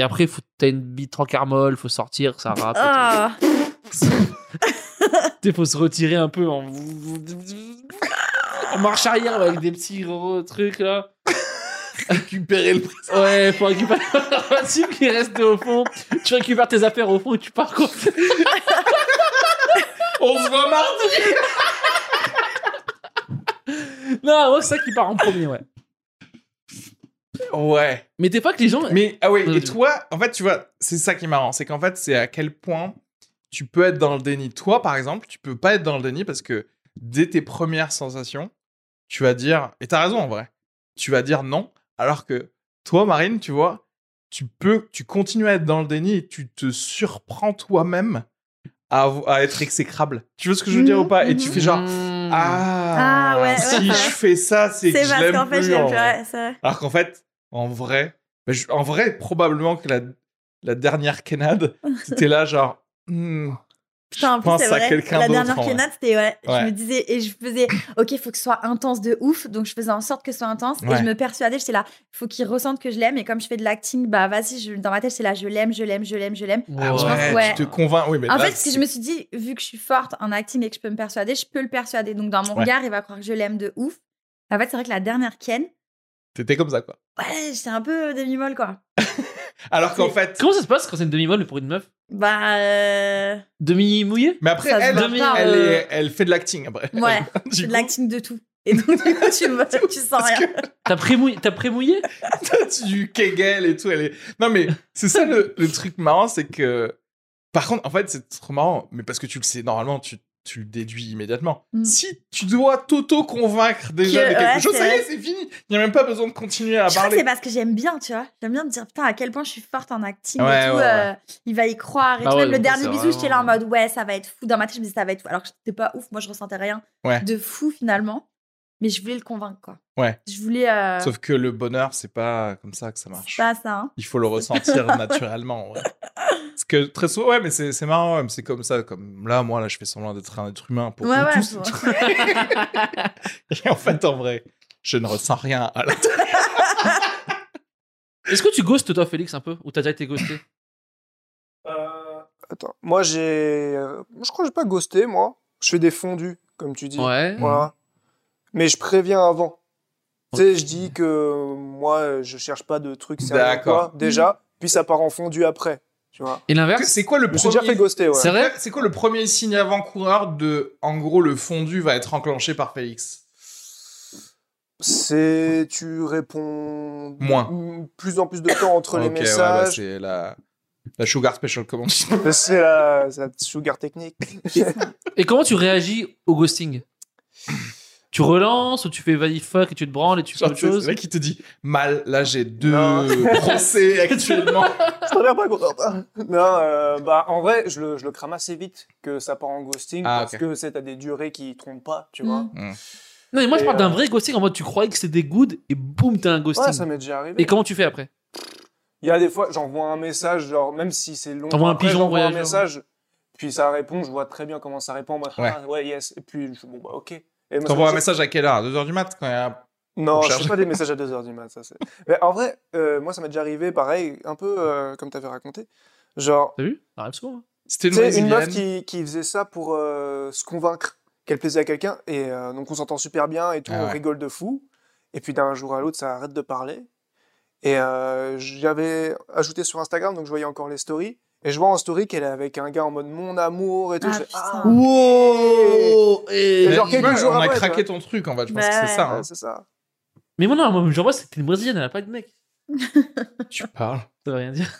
Et après, faut- t'as une bite trois quarts molle, faut sortir, ça rappe. et Ah. tout. [LAUGHS] Tu sais, faut se retirer un peu en, en marche arrière avec des petits gros trucs là. [LAUGHS] Récupérer le... Ouais, faut récupérer le principe qui reste au fond. Tu récupères tes affaires au fond et tu pars quoi. On se voit mardi Non, moi, c'est ça qui part en premier, ouais. Ouais. Mais des fois que les gens. Mais ah oui, Ouais, et je- toi, en fait, tu vois, c'est ça qui est marrant, c'est qu'en fait, c'est à quel point tu peux être dans le déni. Toi, par exemple, tu peux pas être dans le déni parce que dès tes premières sensations, tu vas dire, et t'as raison en vrai, tu vas dire non, alors que toi, Marine, tu vois, tu peux, tu continues à être dans le déni et tu te surprends toi-même à, avo- à être exécrable. Tu vois ce que je veux dire Mhm, ou pas Et tu mhm. fais genre, Mmh. ah, Ah, ouais, si ouais. je fais ça, c'est hein. que C'est je parce l'aime qu'en fait, plus, je l'aime en plus. vrai. ouais, c'est vrai. Alors qu'en fait, en vrai, ben, je- en vrai, probablement que la, la dernière [LAUGHS] canade, c'était là genre. Hmm, Putain, en je plus, pense c'est à vrai. quelqu'un La d'autre. dernière en vrai. canade, c'était ouais. Ouais. Je me disais, et je faisais, ok, faut que ce soit intense de ouf. Donc, je faisais en sorte que ce soit intense. Ouais. Et je me persuadais, j'étais là, faut qu'il ressente que je l'aime. Et comme je fais de l'acting, bah, vas-y, je- dans ma tête, c'est là, je l'aime, je l'aime, je l'aime, je l'aime. Ah Je pense, ouais, ouais. tu te convaincs. Oui, mais En là, fait, parce que je me suis dit, vu que je suis forte en acting et que je peux me persuader, je peux le persuader. Donc, dans mon Ouais. regard, il va croire que je l'aime de ouf. En fait, c'est vrai que la dernière Ken, t'étais comme ça, quoi. ouais, j'étais un peu demi-molle, quoi. Alors qu'en C'est- fait. Comment ça se passe quand c'est une demi-molle pour une meuf Bah, euh, Demi mouillée Mais après, ça se elle, devient, elle, euh, est- elle fait de l'acting après. [LAUGHS] [LAUGHS] ouais, Du c'est de coup, l'acting de tout. Et donc, du coup, [LAUGHS] tu, me- tu sens Parce rien. T'as prémouillé T'as prémouillé t'as du Kegel et tout. Elle est... Non, mais c'est ça le, le truc marrant, c'est que. Par contre, en fait, c'est trop marrant, mais parce que tu le sais, normalement, tu, tu le déduis immédiatement. Mm. Si tu dois t'auto-convaincre déjà Que- de quelque ouais, chose, c'est ça y est, vrai. c'est fini. Il n'y a même pas besoin de continuer à Je crois que parler. c'est parce que j'aime bien, tu vois. J'aime bien te dire, putain, à quel point je suis forte en acting Ouais, et tout. ouais, euh, il va y croire. Et Ah tout. ouais, Même le donc ça, dernier c'est euh, bisou, j'étais là en mode, ouais, ça va être fou. Dans ma tête, je me disais, ça va être fou. Alors que c'était pas ouf. Moi, je ressentais rien Ouais. de fou finalement. Mais je voulais le convaincre, quoi. Ouais. Je voulais. euh, Sauf que le bonheur, c'est pas comme ça que ça c'est marche. pas ça. hein. Il [LAUGHS] faut le ressentir naturellement. ouais. Parce que très souvent, ouais, mais c'est c'est marrant, ouais, mais c'est comme ça. Comme là, moi, là, je fais semblant d'être un être humain pour Ouais, vous ouais, tous. pour- [LAUGHS] Et en fait, en vrai, je ne ressens rien Ah, à la Est-ce que tu ghostes toi, Félix, un peu Ou t'as déjà été ghosté euh, Attends, moi j'ai. euh, Je crois que j'ai pas ghosté, moi. Je fais des fondus, comme tu dis. Ouais. Voilà. Mais je préviens avant. Tu sais, je dis que euh, moi, euh, je cherche pas de trucs sérieux. D'accord. quoi, déjà, puis ça part en fondu après. Tu vois. Et l'inverse C'est quoi le Je me suis déjà fait premier ghoster, ouais. C'est vrai C'est quoi le premier signe avant-coureur de, en gros, le fondu va être enclenché par Félix C'est. Tu réponds. Moins. Mm, Plus en plus de temps entre les Ok, ouais, bah, messages. c'est la, la sugar special, comment on dit [LAUGHS] c'est la, c'est la petite sugar technique. Et comment tu réagis au ghosting tu relances ou tu fais vas-y fuck et tu te branles et tu fais Genre, autre c'est- c'est chose là qui te dit mal, là j'ai deux Non. [LAUGHS] procès actuellement. Je t'en ai pas content. Non, euh, bah en vrai, je le, je le crame assez vite que ça part en ghosting Ah, parce ok. que c'est à des durées qui trompent pas, tu vois. Mm. non mais moi je Et, parle euh, d'un vrai ghosting en mode tu croyais que c'était good et boum t'as un Ouais, ghosting ça m'est déjà arrivé. et comment tu fais après Il y a des fois, j'envoie un message, genre même si c'est long. T'envoies un après, pigeon J'envoie un voyageur. message, puis ça répond, je vois très bien comment ça répond. Moi, Ouais. ah, ouais, yes. Et puis je bon bah ok. Et moi, T'envoies ça un me- message à quelle heure 2h du mat quand il y a- Non, pour je charger. fais pas des messages à 2h du mat, ça c'est. Mais en vrai, euh, moi ça m'est déjà arrivé, pareil, un peu euh, comme t'avais raconté. Genre, t'as vu ça arrive souvent hein. C'était tu une, sais, une meuf Brésilienne. qui, qui faisait ça pour euh, se convaincre qu'elle plaisait à quelqu'un, et euh, donc on s'entend super bien et tout, Ah on ouais. rigole de fou. Et puis d'un jour à l'autre, ça arrête de parler. Et euh, j'avais ajouté sur Instagram, donc je voyais encore les stories. Et je vois en story qu'elle est avec un gars en mode mon amour et tout. Ah, je fais, putain. Ah, Wow Et Mais genre tu quelques vois, jours on a après, tu craqué vois. ton truc en fait, je pense Bah que ouais. c'est ça. hein. Ah, ouais, c'est ça. mais moi non moi, genre moi c'était une brésilienne elle a pas de mec Tu parles. ça veut rien dire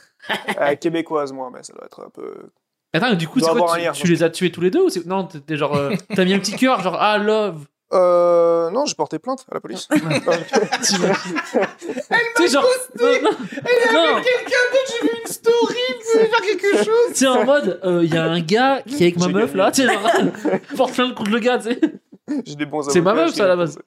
Euh, québécoise, moi, mais ça doit être un peu. attends mais du coup Doit c'est avoir quoi un tu, lien, tu donc. les as tués tous les deux ou c'est non t'es t'es genre [LAUGHS] euh, t'as mis un petit cœur genre ah love Euh, non, j'ai porté plainte à la [LAUGHS] police. [LAUGHS] T'imagines Tu sais, genre. Non, non, non, une story, vous pouvez faire quelque chose t'es en mode, euh, il y a un gars qui est avec ma J'ai meuf gagné. là, tu sais, genre, [LAUGHS] porte plainte contre le gars, tu sais. J'ai des bons C'est ma avocats, meuf, je ça, à la les ai base. pensés.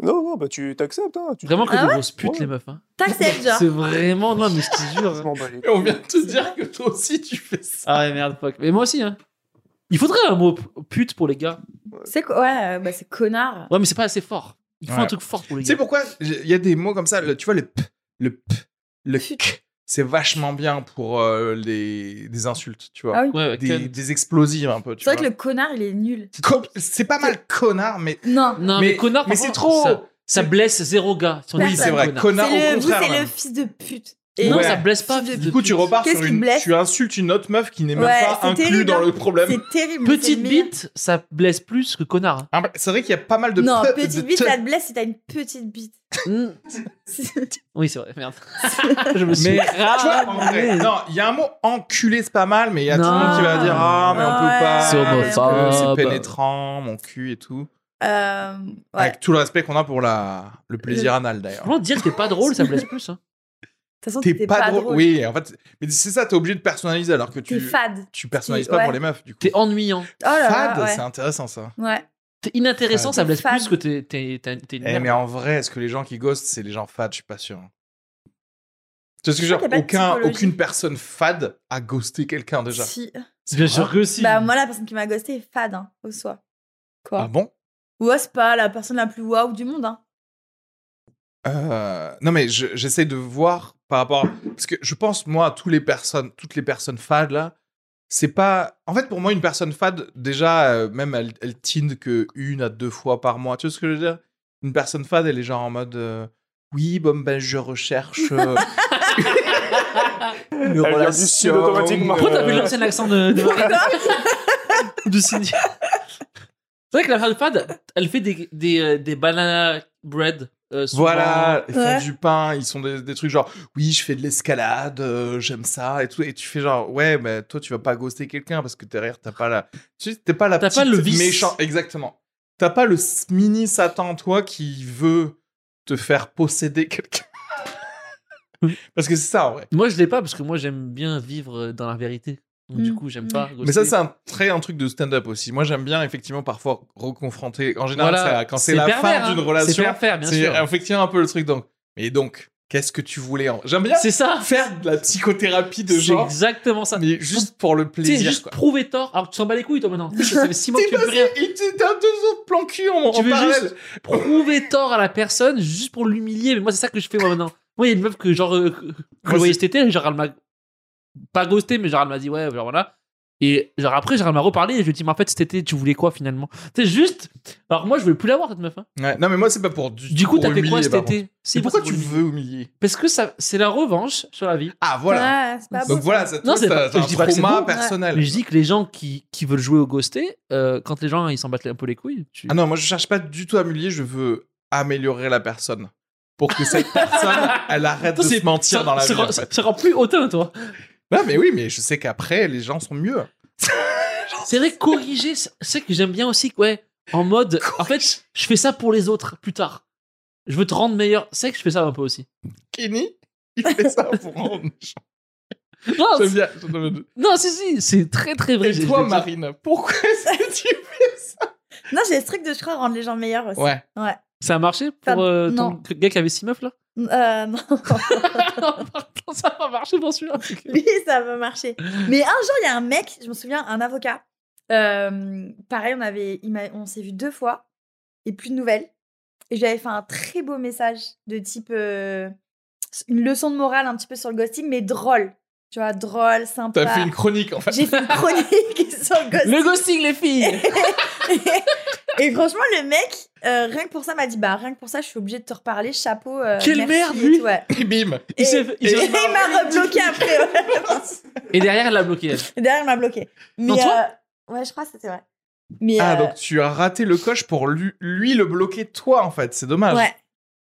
Non, non, bah tu t'acceptes, hein. Tu Vraiment que Ah des ouais grosses putes, Ouais. les meufs. hein. T'acceptes, genre. C'est vraiment. Non, mais je te Je jure. hein. m'en bats les Et on vient de te dire que toi aussi tu fais ça. [LAUGHS] Ah ouais, merde, fuck. Mais moi aussi, hein. Il faudrait un mot p- pute pour les gars. C'est quoi Ouais, euh, bah, c'est connard. Ouais, mais c'est pas assez fort. Il faut Ouais. un truc fort pour les Tu sais gars. pourquoi Il y a des mots comme ça, le- tu vois, le p, le p, le k, c'est vachement bien pour euh, les, des insultes, tu vois. Ah oui. Ouais, ouais, Des, Ken. des explosives un peu, tu C'est vrai vois. que le connard, il est nul. Com- C'est pas mal connard, mais Non. Non, mais, Mais- connard, mais par c'est contre, trop. Ça, ça blesse zéro gars. Si on Oui, dit oui, c'est vrai. connard. Connard, C'est au le, vous, contraire. c'est le même. fils de pute. Et- Non, Ouais. ça blesse pas. fils de Du coup, pute. tu repars Qu'est-ce sur qui une. me blesse Tu insultes une autre meuf qui n'est même Ouais, pas c'est inclue terrible, dans hein. le problème. C'est terrible. mais c'est Petite le meilleur. bite, ça blesse plus que connard. [LAUGHS] hein. Ah, bah, C'est vrai qu'il y a pas mal de. non, pe- petite de bite, te- ça te blesse si t'as une petite [LAUGHS] bite. Mm. C'est- Oui, c'est vrai, [LAUGHS] merde. je me suis [LAUGHS] Mais- Tu vois, en vrai, ramené. non, il y a un mot enculé, c'est pas mal, mais il y a tout le monde qui va dire Ah, mais on Ah peut ouais. pas. C'est homophobe. C'est pénétrant, mon cul et tout. Euh, ouais. Avec tout le respect qu'on a pour la... le plaisir anal d'ailleurs. Vraiment, dire que t'es pas drôle, ça blesse plus. Hein. De toute façon, T'es pas, drôle. Oui, en fait, mais c'est ça, t'es obligé de personnaliser alors que T'es tu, fade. tu personnalises Tu- pas ouais. pour les meufs du coup. T'es ennuyant. Oh là là, Fade, ouais. c'est intéressant ça. Ouais. T'es inintéressant, Ouais. ça blesse T'es fan. plus que t'es, t'es, t'es- t'es une Eh, merde. mais en vrai, est-ce que les gens qui ghostent, c'est les gens fades Je suis pas sûr. Tu vois ce que Je je veux crois dire qu'il y a pas de Aucun- psychologie. Aucune personne fade a ghosté quelqu'un déjà. Si. C'est Bien vrai sûr que si. Bah, moi, la personne qui m'a ghosté est fade, hein, au soi. Quoi Ah bon Ouais, c'est pas la personne la plus waouh du [LAUGHS] monde, hein. Euh, Non, mais je- j'essaie de voir par rapport. à- Parce que je pense, moi, à toutes les personnes, toutes les personnes fades là, c'est pas. En fait, pour moi, une personne fade, déjà, euh, même elle, elle tinde que une à deux fois par mois. Tu vois ce que je veux dire Une personne fade, elle est genre en mode. euh, Oui, bon, ben, je recherche. euh, une Elle vient du sud relation, automatiquement. Pourquoi t'as euh, plus l'ancien accent de, de Marie Du Sydney. C'est vrai que la femme fade, elle fait des, des, euh, des banana bread. euh, souvent. Voilà, ils font Ouais. du pain, ils sont des, des trucs genre oui, je fais de l'escalade, euh, j'aime ça et tout. Et tu fais genre ouais, mais toi tu vas pas ghoster quelqu'un parce que derrière t'as pas la, tu sais, t'es pas la T'as pas petite le vice. méchant, exactement. T'as pas le s- mini satan toi qui veut te faire posséder [LAUGHS] quelqu'un. parce que c'est ça en vrai. Moi, je l'ai pas parce que moi, j'aime bien vivre euh, dans la vérité. Donc, Du Hmm. Mm. coup, j'aime pas. Mais ça ghoster. c'est un très un truc de stand-up aussi. Moi j'aime bien effectivement parfois reconfronter. En général Voilà. ça- quand c'est la pervers, fin hein. d'une relation, C'est pervers, bien c'est euh, sûr. effectivement un peu le truc donc. Mais donc qu'est-ce que tu voulais en... J'aime bien. C'est ça. faire de la psychothérapie de C'est genre, exactement ça. mais juste pour le Tu sais, plaisir. juste quoi. prouver tort. Alors, tu t'en bats les couilles, [LAUGHS] toi, maintenant. Ça fait 6 mois que tu fais rien. Il t'est- T'as deux autres plans cul en, Tu en veux parallèle. juste prouver tort à la personne juste pour l'humilier. Mais moi, c'est ça que je fais moi maintenant. Moi, il y a une meuf que genre euh, que- que je voyais cet été, genre elle m'a pas ghosté, mais genre elle m'a dit ouais, genre voilà. Et genre après, genre elle m'a reparlé et je lui ai dit mais en fait cet été, tu voulais quoi finalement C'est juste. Alors moi, je voulais plus la voir cette meuf. hein. Ouais, non, mais moi, c'est pas pour du, Du coup, pour t'as fait quoi humilier, cet par contre. été Si, Mais pourquoi c'est tu pour l'humilier. veux humilier Parce que ça, c'est la revanche sur la vie. Ah, voilà. Ouais, c'est pas Donc beau. voilà, ça, Non, non, c'est pas- un je dis pas que c'est trauma bon, personnel. Mais je dis que les gens qui, qui veulent jouer au ghosté, euh, quand les gens ils s'en battent un peu les couilles, tu... Ah non, moi, je cherche pas du tout à humilier, je veux améliorer la personne. Pour que [LAUGHS] cette personne, elle arrête de Toi, c'est- se mentir ça- dans la ça vie. rend- en fait. ça rend plus hautain, toi. Non, mais oui, mais je sais qu'après, les gens sont mieux. C'est vrai, corriger, c'est c'est que j'aime bien aussi. Ouais, en mode, en fait, je fais ça pour les autres plus tard. Je veux te rendre meilleur. C'est que je fais ça un peu aussi. Kenny, il fait ça pour [LAUGHS] rendre. Non, J'aime Ah, c'est- bien. j'aime bien. non, si, si, c'est très, très vrai. Et J'ai- toi, j'ai- Marine, pourquoi [LAUGHS] est-ce que [LAUGHS] tu fais ça Non, j'ai ce truc de, je crois, rendre les gens meilleurs aussi. Ouais. Ça a marché Ça- pour euh, ton non. gars qui avait six [LAUGHS] meufs là Euh, non. Non, pardon, ça a pas marché pour celui-là. [LAUGHS] Oui, ça va marcher. Mais un jour, il y a un mec, je me souviens, un avocat. euh, pareil, on, avait, il m'a- on s'est vu deux fois et plus de nouvelles. Et j'avais fait un très beau message de type euh, une leçon de morale un petit peu sur le ghosting, mais drôle. Tu vois, drôle, sympa. T'as fait une chronique, en fait. J'ai fait [LAUGHS] une chronique sur le ghosting. Le ghosting, les filles [LAUGHS] et franchement, le mec, euh, rien que pour ça, m'a dit Bah, rien que pour ça, je suis obligée de te reparler. Chapeau. euh, Quelle merci merde, et lui. tout, ouais. Et bim Il s'est fait- il Et s'est- [LAUGHS] il m'a rebloqué après. ouais. [LAUGHS] Et derrière, elle l'a bloqué. elle. Et Derrière, il m'a bloqué. Mais Non, toi euh, ouais, je crois que c'était vrai. Mais Ah, euh, donc tu as raté le coche pour lui, lui le bloquer, toi, en fait. C'est dommage. ouais.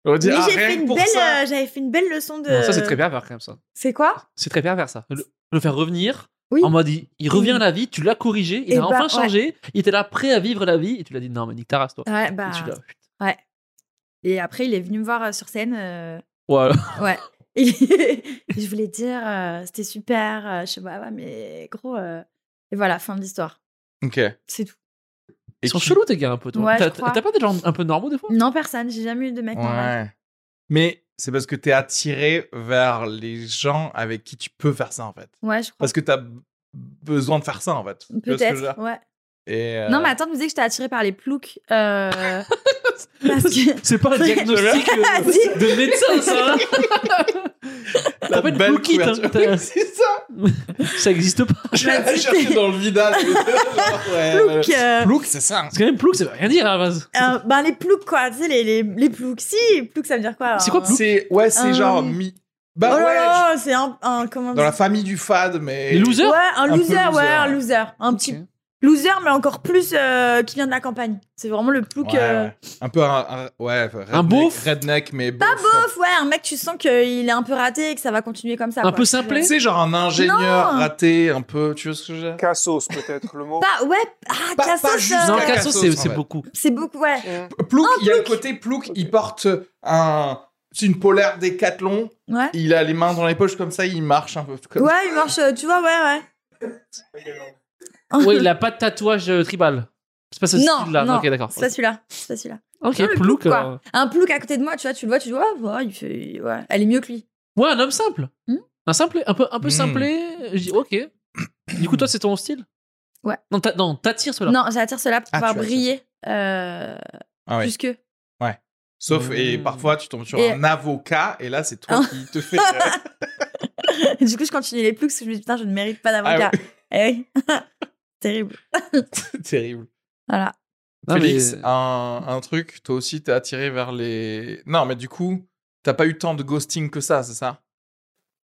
On va ah, Mais dire, ah, j'ai rien fait que une pour belle, ça. euh, j'avais fait une belle leçon de. Non, ça, c'est très pervers quand même, ça. C'est quoi C'est très pervers, ça. Le, le faire revenir Oui. en mode, il, il revient à la vie, tu l'as corrigé, il Eh a bah, enfin ouais. changé, il était là prêt à vivre la vie, et tu l'as dit, non, mais nique ta race, toi. Ouais, bah. Et tu l'as- Et après, il est venu me voir euh, sur scène. euh, [LAUGHS] Voilà. Ouais. Et je voulais dire, euh, c'était super. euh, je sais pas, ouais, mais gros. euh, Et voilà, fin de l'histoire. Ok. C'est tout. Et Ils sont qui- chelous, tes gars, un peu, toi. Ouais, je T'as- crois. T'as pas des gens un peu normaux, des fois Non, personne. J'ai jamais eu de mec normal. Ouais. Mais c'est parce que t'es attiré vers les gens avec qui tu peux faire ça, en fait. Ouais, je crois. Parce que t'as b- besoin de faire ça, en fait. Tu vois ce que je veux Peut-être. dire Ouais. Et, euh, Non, ma tante me disait que j'étais attirée par les ploucs. [LAUGHS] euh, parce que. C'est pas un [LAUGHS] diagnostic euh, Si. de médecin, ça la en fait, belle Blue Kit, hein, couverture. [LAUGHS] t'as- C'est ça Ça existe pas. Bah, J'allais chercher dans le [LAUGHS] vidal. Genre, ouais, ouais. Ploucs, euh, Plouc, c'est ça. hein. Parce que même Plouc, ça veut rien dire, à la base. Euh, ben, les ploucs, quoi. Tu sais, les, les, les ploucs. Si, plouc, ça veut dire quoi C'est quoi, un- plouc C'est ouais, c'est Euh, genre mi. Oh Bah là ouais, là, c'est un, un- Comment je- on dans la dit famille du fad, mais Les losers Ouais, un peu loser, loser. ouais, un loser. Un petit Ok. loser, mais encore plus euh, qui vient de la campagne. C'est vraiment le plouc. Ouais, euh, ouais. Un peu un, un- ouais, enfin, redneck, beauf redneck, mais euh, Pas beauf. beauf, ouais, un mec, tu sens qu'il est un peu raté et que ça va continuer comme ça. Un quoi. peu simplé Tu sais, genre un ingénieur Non. raté, un peu. Tu vois ce que je veux dire Cassos, peut-être, le mot. Pas, ouais, ah, Pas- cassos, pas juste euh, Non, Ouais, Casso, Casso, c'est en c'est vrai. beaucoup. c'est beaucoup, ouais. Mm. Plouc, il y a le Plouc. côté Plouc, il Ok. porte un. C'est une polaire décathlon. Ouais, Il a les mains dans les poches comme ça, il marche un peu comme ouais il marche, euh, tu vois, ouais, ouais. [LAUGHS] Ouais, il a pas de tatouage euh, tribal. C'est pas ce Non, style-là. non. Ok, d'accord. C'est pas celui-là, c'est pas celui-là. Ok, Non, le Plouc. plouc, quoi. euh, Un plouc à côté de moi, tu vois, tu le vois, tu dis, ouais, ouais, il fait, ouais, elle est mieux que lui. Ouais, un homme simple. Hmm un simple, un peu, un peu Hmm. simplé. Je dis ok. Du coup, toi, c'est ton style Ouais. Non, t'a- non, t'attires cela. Non, j'attire cela pour Ah, pouvoir tu attires. briller euh, Ah ouais. plus que. Sauf, et Mm. parfois, tu tombes sur Et- Oh. un avocat, et là, c'est toi qui te fais. [LAUGHS] [LAUGHS] du coup, je continue les plugs parce que je me dis putain, je ne mérite pas Ah d'avocat. Eh oui. [LAUGHS] Terrible. C'est [LAUGHS] terrible. Voilà. Non, mais- Félix, un, un truc, toi aussi, t'es attiré vers les. Non, mais du coup, t'as pas eu tant de ghosting que ça, c'est ça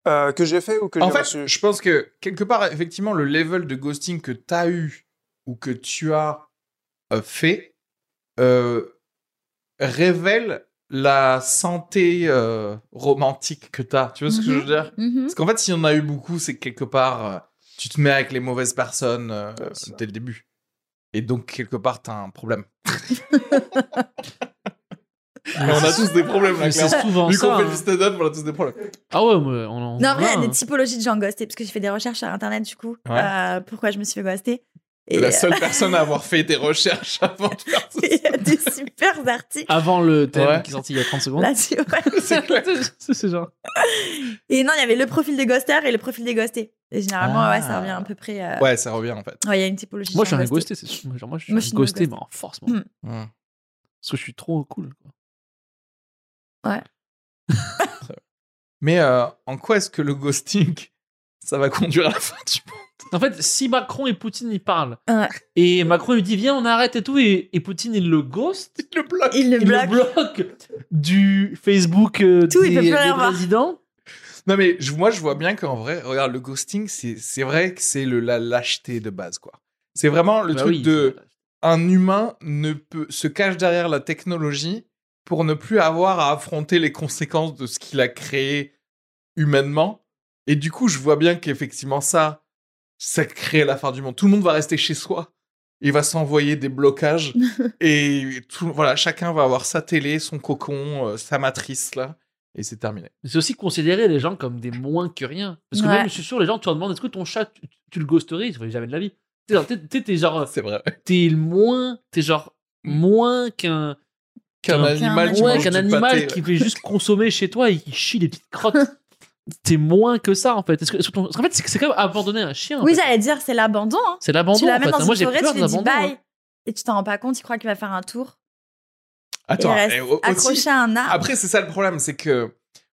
Euh, que j'ai fait ou que j'ai En fait, reçu je pense que quelque part, effectivement, le level de ghosting que t'as eu ou que tu as euh, fait euh, révèle la santé euh, romantique que t'as. Tu vois ce que je veux Mhm. dire Mhm. Parce qu'en fait, si on a eu beaucoup, c'est que quelque part, euh, tu te mets avec les mauvaises personnes euh, Ouais, c'est ça. dès le début. Et donc, quelque part, t'as un problème. Et on a tous des problèmes, là, Mais c'est clairement. souvent Vu qu'on ça. fait hein. du stand-up, on a tous des problèmes. Ah ouais, mais on en. Non, en vrai, il y a voilà, des hein. typologies de gens ghostés parce que j'ai fait des recherches sur internet du coup. Ouais. euh, pourquoi je me suis fait ghoster. Et euh, La seule personne à avoir fait des recherches avant de faire ça. [LAUGHS] il y a des super articles Avant le thème Ouais. qui est sorti il y a 30 secondes. là-dessus. ouais. Ah [LAUGHS] c'est c'est- c'est genre. Et non, il y avait le profil des ghosters et le profil des ghostés. Et généralement, Ah. ouais, ça revient à peu près. euh, Ouais, Ouais, ça revient en fait. il y a une typologie. Moi, de je suis gens un ghostés. ghosté. c'est sûr. Genre, moi, je suis Moi, un je suis une ghosté, ghostée. mais en force, moi. Hmm. Mm. Parce que je suis trop cool. quoi. Mais euh, en quoi est-ce que le ghosting, ça va conduire à la fin du monde En fait, si Macron et Poutine ils parlent, Ouais. et Macron lui dit viens, on arrête et tout, et, et Poutine il le ghost, Le bloc Il le il bloque. le bloque du Facebook euh, Tout, il des, peut plus des rien voir. présidents. Non mais je- moi je vois bien qu'en vrai, regarde le ghosting, c'est c'est vrai que c'est le la lâcheté de base quoi. C'est vraiment le Bah truc oui, de un humain ne peut se cache derrière la technologie pour ne plus avoir à affronter les conséquences de ce qu'il a créé humainement. Et du coup, je vois bien qu'effectivement ça, ça crée la fin du monde. Tout le monde va rester chez soi. il va s'envoyer des [LAUGHS] blocages et tout, voilà, chacun va avoir sa télé, son cocon, euh, sa matrice là, et c'est terminé. Mais C'est aussi considérer les gens comme des moins que rien. Parce que Ouais. même, je suis sûr, les gens, tu leur demandes est-ce que ton chat, tu, tu le ghosteries Tu jamais de la vie. T'es genre, t'es- t'es- t'es genre, euh, C'est vrai. t'es le moins, t'es genre moins qu'un Qu'un Qu'un- animal, qui ouais, mange qu'un du animal pâté, qui fait juste consommer chez toi et qui chie des petites [LAUGHS] crottes. T'es moins que ça en fait. Est-ce que, est-ce que ton- parce qu'en fait, c'est c'est comme abandonner un chien. en Oui, fait. j'allais dire, c'est l'abandon. hein. c'est l'abandon. Tu en l'amènes fait. dans Moi, une j'ai forêt, peur tu de lui dis l'abandon. bye. hein. Et tu t'en rends pas compte, il croit qu'il va faire un tour. Attends, il reste et au- aussi, Accroché à un arbre. Ah, Après, c'est ça le problème, c'est que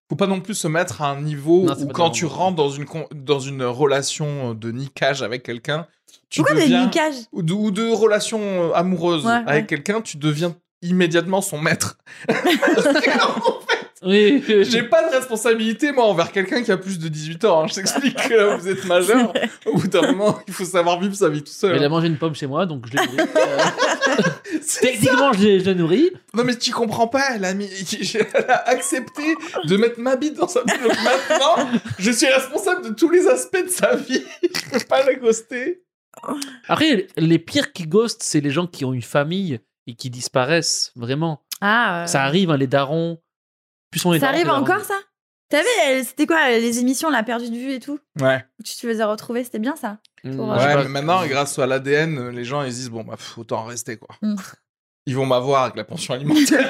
faut pas non plus se mettre à un niveau Non, c'est où pas quand des tu moments. rentres dans une, con- dans une relation de niquage avec quelqu'un, tu Pourquoi des deviens... niquages Ou de, ou de relation euh, amoureuse Ouais, avec ouais. quelqu'un, tu deviens immédiatement son [LAUGHS] maître. Oui, oui, J'ai pas de responsabilité, moi, envers quelqu'un qui a plus de 18 ans. hein. Je t'explique que là, vous êtes [LAUGHS] majeur. Au bout d'un moment, il faut savoir vivre sa vie tout Mais seul. il a mangé une pomme chez moi, donc je l'ai nourri. [LAUGHS] Euh, Techniquement, je l'ai- je l'ai nourri. Non, mais tu comprends pas, elle a, mis- elle a accepté de mettre ma bite dans sa bouche. Donc maintenant, je suis responsable de tous les aspects de sa vie. Je peux pas la ghoster. Après, les pires qui ghostent, c'est les gens qui ont une famille et qui disparaissent, vraiment. Ah, euh, Ça arrive, hein, les darons. Plus on est ça darons, arrive plus les darons. encore, ça T'avais, c'était quoi euh, les émissions, la perdue de vue et tout Ouais. Tu te faisais retrouver, c'était bien ça Mmh, Pour, je euh, sais Ouais, pas. mais maintenant, grâce à l'ADN, les gens, ils disent, bon, bah, pff, autant en rester, quoi. [LAUGHS] Mm. Ils vont m'avoir avec la pension alimentaire.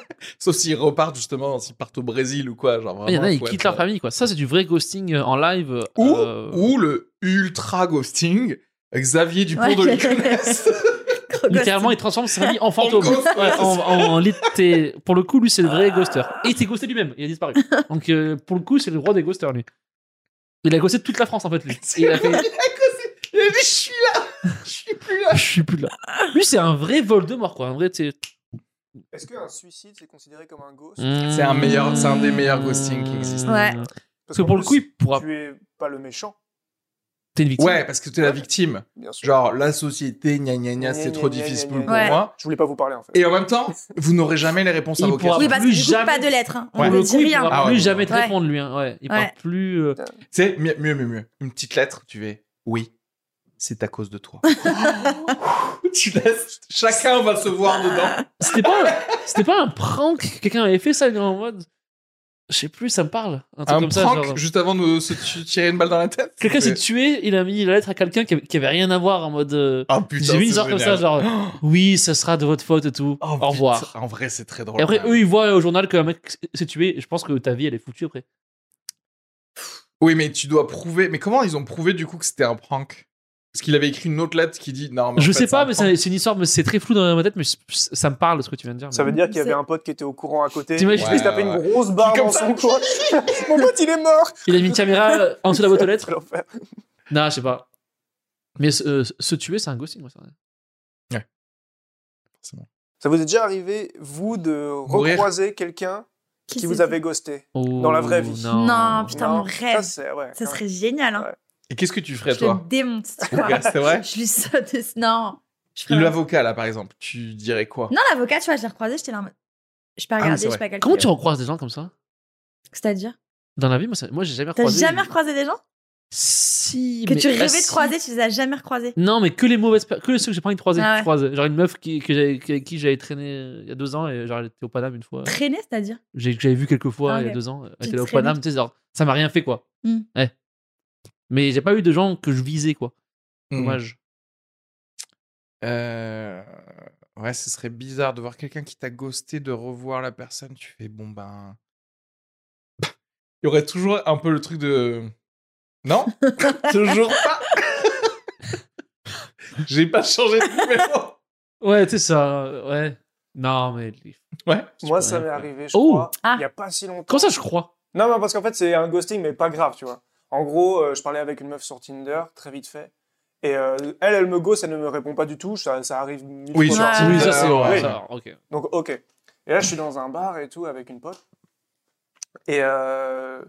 [LAUGHS] Sauf s'ils repartent, justement, s'ils partent au Brésil ou quoi. Genre, Il y en a, vraiment, ils faut quittent être- euh, leur famille, quoi. Ça, c'est du vrai ghosting euh, en live. euh, Ou, euh, ou le ultra ghosting, Xavier Dupont de Ouais. Ligonnès. Littéralement, il transforme sa [LAUGHS] famille en fantôme. ghost, ouais, Ouais, c'est en- ça. en- en lit- t'es- pour le coup, lui, c'est le vrai ghoster. Et il s'est ghosté lui-même, il a [LAUGHS] disparu. Donc, euh, pour le coup, c'est le roi des ghosters, lui. Il a ghosté toute la France, en fait, lui. Et il a [LAUGHS] fait [LAUGHS] Il a dit, je suis là, je suis plus là. Je suis plus là. Lui, c'est un vrai Voldemort, quoi. Un vrai, t'es- Est-ce qu'un suicide, c'est considéré comme un ghost C'est un meilleur- c'est un des meilleurs ghostings qui existent. Ouais. Parce que pour le coup, il pourra. tu es pas le méchant, T'es une victime. Ouais, parce que t'es la victime. bien sûr. Genre, la société, gna gna gna, Gna, c'est gna, trop gna, difficile gna, pour gna, gna. moi. Je voulais pas vous parler en fait. Et en même temps, vous n'aurez jamais les réponses à Il vos questions. pourra- Oui, parce Plus qu'il coûte jamais. pas de lettres. hein. On Pour Ouais. ne le dit coup, il rien. pourra Ah ouais. plus jamais te Ouais. répondre, lui. hein. Ouais. Il pourra Ouais. plus. euh, Tu sais, mieux, mieux, mieux, mieux. Une petite lettre, tu fais oui, c'est à cause de [LAUGHS] toi. [LAUGHS] tu laisses, chacun va se voir dedans. C'était pas, c'était pas un prank que quelqu'un avait fait ça, il est en mode. Je sais plus, ça me parle. Un truc Un comme prank ça. genre- juste avant de se tu- tirer une balle dans la tête. Quelqu'un s'est C'est- tué, il a mis la lettre à quelqu'un qui, avait- qui avait rien à voir en mode. euh, Oh putain, J'ai vu une c'est histoire comme ça, génial. genre. [GASPS] Oui, ce sera de votre faute et tout. Oh, Au putain, revoir. En vrai, c'est très drôle. Et après, quand même. eux, ils voient au journal qu'un mec s'est tué. et Je pense que ta vie, elle est foutue après. Oui, mais tu dois prouver. Mais comment ils ont prouvé du coup que c'était un prank Parce qu'il avait écrit une autre lettre qui dit non. Mais en je fait, sais c'est pas, un mais prank. c'est c'est une histoire, mais c'est très flou dans ma tête, mais je- ça me parle ce que tu viens de dire. Ça mais- veut dire qu'il y avait C'est- un pote qui était au courant à côté. Il T'imagines- se Ouais, tapait une ouais. grosse barre Comme dans ça. [LAUGHS] son coin. Mon pote, il est mort. Il a mis une caméra euh, en dessous de la boîte aux lettres. [LAUGHS] C'est l'enfer. Non, je sais pas. Mais se- euh, se tuer, c'est un ghosting. ouais, ça. Ça vous est déjà arrivé, vous, de Mourir. recroiser quelqu'un qui vous c'est- avait ghosté Oh, Dans la vraie vie. Non, Putain, mon Non, rêve. Ça, c'est- ouais, Ça quand serait génial. hein. Ouais. Et qu'est-ce que tu ferais Je le toi démonte. tu vois. [LAUGHS] Ouais, C'est vrai. Je lui saute. des- Non. Je ferais- L'avocat là, par exemple, tu dirais quoi Non, l'avocat, tu vois, je l'ai recroisé, j'étais là en mode. Je pas Ah oui, regardé, c'est je vrai. pas calculé. Comment tu recroises des gens comme ça C'est-à-dire Dans la vie, moi, ça- moi j'ai jamais T'as recroisé. jamais recroisé des gens Si. que mais- tu ah, rêvais de si. croiser, tu les as jamais recroisés Non, mais que les mauvaises. per- Que les ceux que j'ai pas envie de croiser. Ah que je ouais. croise. Genre une meuf qui, que j'avais- qui- avec qui j'avais traîné euh, il y a deux ans et genre elle était au Paname une fois. Traîner, c'est-à-dire J'ai- que j'avais vu quelques fois Ah, il y a ok. deux ans. Elle Tu était là au traînais. Paname, tu sais, genre ça m'a rien fait quoi. Hmm. Ouais. Mais j'ai pas eu de gens que je visais quoi. Hmm. Dommage. Euh, Ouais, ce serait bizarre de voir quelqu'un qui t'a ghosté, de revoir la personne. Tu fais bon ben. Il y aurait toujours un peu le truc de. Non [LAUGHS] Toujours pas [LAUGHS] J'ai pas changé de numéro Ouais, tu sais, ça. euh, Ouais. Non, mais. Ouais. même. Moi, Tu ça peux m'est rien arrivé, je Oh. crois, Ah. il y a pas si longtemps. Comment ça, je crois Non, mais parce qu'en fait, c'est un ghosting, mais pas grave, tu vois. En gros, euh, je parlais avec une meuf sur Tinder, très vite fait. Et euh, elle, elle me ghost, elle ne me répond pas du tout. Ça, ça arrive mille Oui, fois sur par Tinder, Oui, ça, c'est ouais. vrai. Oui. ça, ok. Donc, ok. Et là, je suis dans un bar et tout avec une pote. Et, euh,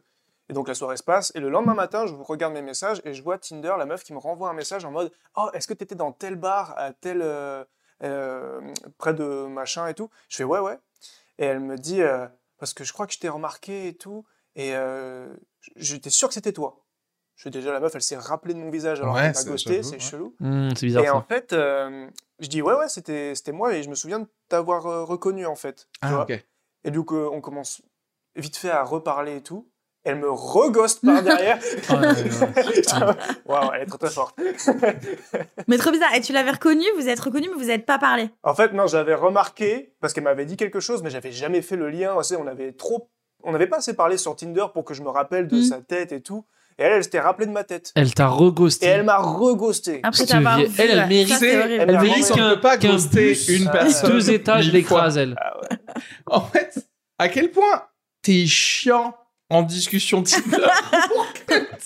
et donc, la soirée se passe. Et le lendemain matin, je regarde mes messages et je vois Tinder, la meuf qui me renvoie un message en mode Oh, est-ce que t'étais dans tel bar, à tel. euh, euh, près de machin et tout Je fais Ouais, ouais. Et elle me dit euh, Parce que je crois que je t'ai remarqué et tout. Et euh, j'étais sûr que c'était toi. Je déjà la meuf, elle s'est rappelée de mon visage alors Ouais, qu'elle m'a ça- ghosté, j'avoue, c'est ouais. chelou. Hmm, c'est bizarre Et en ça. fait, euh, je dis ouais ouais, c'était c'était moi et je me souviens de t'avoir euh, reconnu en fait. tu Ah, vois. ok. Et donc euh, on commence vite fait à reparler et tout. Elle me reghoste par derrière. [LAUGHS] Ah, ouais, ouais, ouais. [LAUGHS] Waouh, elle est très très forte. Mais trop bizarre. Et tu l'avais reconnu, vous êtes reconnu, mais vous n'êtes pas parlé. En fait, non, j'avais remarqué parce qu'elle m'avait dit quelque chose, mais j'avais jamais fait le lien. Tu sais, on avait trop, on n'avait pas assez parlé sur Tinder pour que je me rappelle de Mm. sa tête et tout. Et elle, elle s'était rappelée de ma tête. Elle t'a reghosté. Et elle m'a reghosté. Après Cette t'avoir vieille- vu, elle, elle ouais. mérite- Ça, c'est C'est- horrible. elle Elle mérite vérifie qu'on qu'un peut pas qu'un ghoster bus une à personne deux étages mille l'écrase, elle. En fait, à quel point t'es chiant en discussion [LAUGHS] Tinder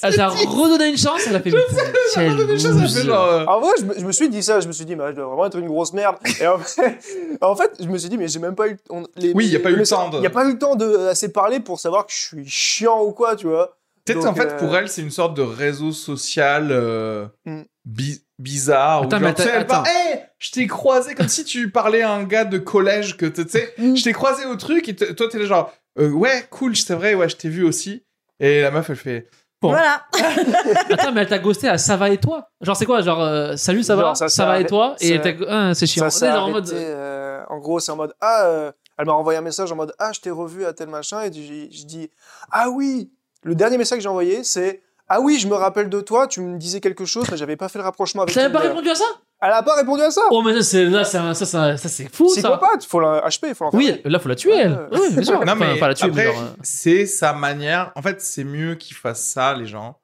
Elle t'a redonné une chance, elle a fait. Ça me Quelle donne des choses à faire, loser. genre, euh, En vrai, je me, je me suis dit ça, je me suis dit, bah, je dois vraiment être une grosse merde. Et en fait, [LAUGHS] en fait, je me suis dit, mais j'ai même pas eu. on- les- Oui, y a pas eu le les- temps de- Y a pas eu le temps de euh, assez parler pour savoir que je suis chiant ou quoi, tu vois. Peut-être Donc, en fait euh, pour elle c'est une sorte de réseau social euh, Mm. bi- bizarre. Attends, ou genre, mais tu sais, elle attends. parle, Hey, je t'ai croisé comme si tu parlais à un gars de collège que tu tu sais. Mm. Je t'ai croisé au truc et t- toi t'es là genre Euh, ouais cool c'est vrai ouais je t'ai vu aussi et la meuf elle fait bon. Voilà. Attends, Ah, mais elle t'a ghosté à ça va et toi Genre, c'est quoi Genre, euh, salut, ça va Genre, Ça, ça s'est va et arrêté- toi Et ça- elle t'a. Ah, c'est chiant. Ça, s'est Elle est genre en arrêté, mode- euh, en gros, c'est en mode, ah, euh, elle m'a renvoyé un message en mode, ah, je t'ai revu à tel machin. Et je, je dis, ah oui. Le dernier message que j'ai envoyé, c'est, ah oui, je me rappelle de toi. Tu me disais quelque chose, mais j'avais pas fait le rapprochement avec. euh, T'as même pas Tinder. répondu à ça Elle a pas répondu à ça. Oh, mais ça, c'est- là, c'est un- ça, c'est un- ça, c'est fou, ça. Psychopathe, faut la HP, faut l'en faire. Oui, là, faut la tuer, elle. Ouais. Oui, bien sûr. Non mais Enfin, pas la tuer, mais après genre, euh, c'est sa manière. En fait c'est mieux qu'ils fassent ça les gens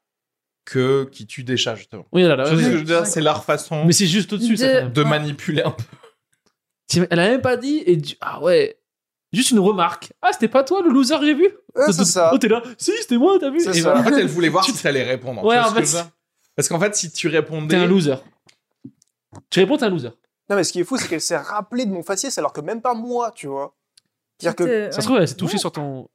que qu'ils tuent des chats justement. Oui, là, là, Tu sais Ah ouais. ce que je veux dire, c'est leur façon Mais c'est juste au-dessus, ça. De- quand même. de manipuler un peu. T'im- Elle a même pas dit. Et du- Ah ouais. Juste une remarque. Ah, c'était pas toi le loser que j'ai vu Ouais, c'est ça. Oh, t'es là. Si, c'était moi, t'as vu C'est Et ça. En voilà. fait, elle [LAUGHS] voulait voir si t'allais répondre. Tu Ouais, vois en ce que fait, je veux dire Parce qu'en fait, si tu répondais. T'es un loser. Tu réponds, t'es un loser. Non, mais ce qui est fou, c'est qu'elle s'est rappelée de mon faciès alors que même pas moi, tu vois. C'est-à-dire Tu que. te- Ça ouais. se trouve, elle s'est touchée Ouais. sur ton. euh,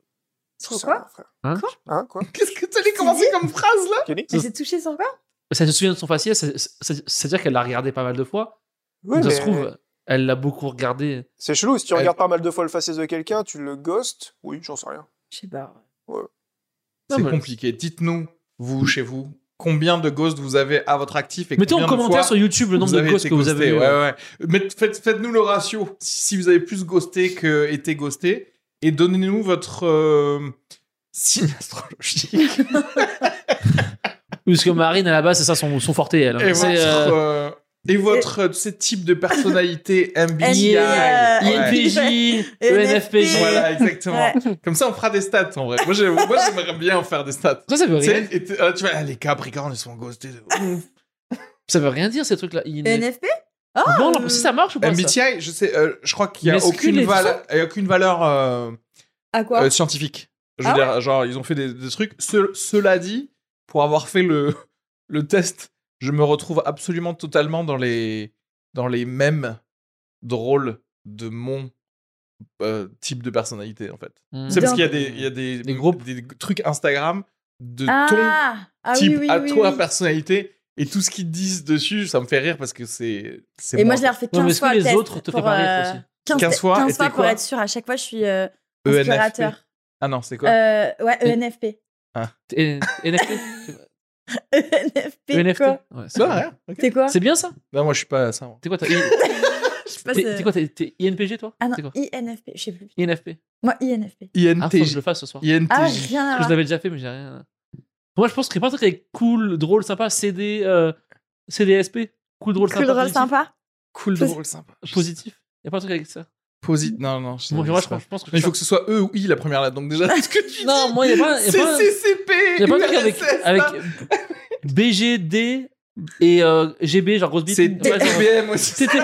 Sur quoi Hein Hein, quoi Qu'est-ce que t'allais commencer comme phrase là Kenny Elle s'est touchée sur quoi Ça se souvient de son faciès, c'est- c'est- c'est-à-dire qu'elle l'a regardé pas mal de fois. Oui, ça mais se trouve, elle l'a beaucoup regardé. C'est chelou, si tu Elle- regardes pas mal de fois le faciès de quelqu'un, tu le ghostes. Oui, j'en sais rien. Je sais pas. Non, C'est mais- compliqué. Dites-nous, vous, chez vous, combien de ghosts vous avez à votre actif et Mettez en combien de commentaire fois sur YouTube le nombre vous de avez gosses été que vous ghostés. avez hein. euh. eu. Ouais, ouais. Mais faites- Faites-nous le ratio. Si si vous avez plus ghosté que été ghosté, et donnez-nous votre euh, signe [LAUGHS] astrologique Parce que Marine, à la base, c'est ça son, son forté, elle. et C'est, votre. euh, euh, Et votre euh, ces types de [LAUGHS] personnalité MBTI. NBI, E euh, Ouais. INPJ, E ENFPJ. E Voilà, exactement. Ouais. Comme ça, on fera des stats en vrai. Moi, j'ai- moi, j'aimerais bien faire des stats. Ça, ça veut Tu sais, rien, et t- ah, tu vois, ah, les Capricornes, ils sont ghostés. de ouf. ça veut rien dire, ces trucs-là. E INF. ENFP Oh, Non, euh, non, si Ah, ça marche ou pas ça MBTI, je sais, euh, je crois qu'il n'y a Mais est-ce que aucune, les vale- il y a aucune valeur euh, À quoi euh, scientifique. Je veux Ah dire, genre, ils ont fait des, des trucs. Ce- cela dit, pour avoir fait le, [LAUGHS] le test, je me retrouve absolument totalement dans les, dans les mêmes drôles de mon euh, type de personnalité, en fait. Hmm. C'est parce D'un- qu'il y a des, il y a des, Des groupes. des trucs Instagram de ton Ah, ah oui, type oui, à oui, toi oui. personnalité et tout ce qu'ils disent dessus, ça me fait rire parce que c'est c'est Et moi, moi. je l'ai refait 15 Non, mais est-ce fois. que les le test autres te pour, font pas rire, euh, toi aussi 15, 15 fois, et 15 t'es fois pour quoi E être sûr. À chaque fois, je suis euh, ENFP. inspirateur. Ah non, c'est quoi Euh, ouais, [LAUGHS] ENFP. Et- NFT je sais pas. E ENFP. E ENFT quoi. Ouais, c'est Ça, E bien. rien. ok. C'est quoi C'est bien ça Non, moi je suis pas ça. moi. T'es [LAUGHS] quoi, E toi Je sais pas, T'es c'est- t'es quoi T'es t'es E INPG, toi Ah non, T'es quoi E INFP. Je sais plus. INFP. Moi, INFP. Ah, faut que je INTJ. le fasse ce soir. Ah, INTJ. rien à Je voir. l'avais déjà fait, mais j'ai rien. Moi, je pense qu'il y a pas un truc avec cool, drôle, sympa, CD, euh, CDSP. Cool, drôle, Cool, sympa. drôle, positif. sympa. Cool, Posi- drôle, sympa. Positif. Il a pas un truc avec ça. Posit. Non, non. je- Moi, moi, je, je sais pas. pense- je pense que. Mais il faut que ce soit E ou I la première lettre. Donc [LAUGHS] déjà, ce que tu Non, dis. moi, il n'y a pas. Il y a pas, CCCP. y [LAUGHS] a pas un truc avec, URSS, avec là. BGD et euh, GB, genre grosse bite. C'est Ouais, genre- DBM aussi. C'était.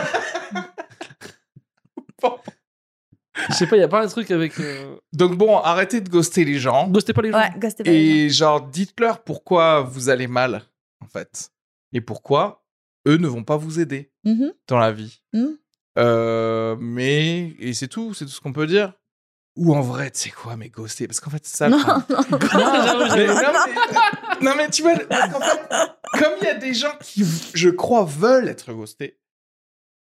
Je sais pas, il n'y a pas un truc avec. Euh... Donc bon, arrêtez de ghoster les gens. Ghostez pas les gens. Ouais, Ghost Ever. Et genre, dites-leur pourquoi vous allez mal, en fait. Et pourquoi eux ne vont pas vous aider Mhm. dans la vie. Mhm. Euh, mais, et c'est tout, c'est tout ce qu'on peut dire. Ou en vrai, tu sais quoi, mais ghoster. Parce qu'en fait, c'est ça. le Non, [LAUGHS] problème. Ah, j'avoue, [LAUGHS] j'avoue. Mais non, mais, non, mais tu vois, parce qu'en fait, comme il y a des gens qui, je crois, veulent être ghostés,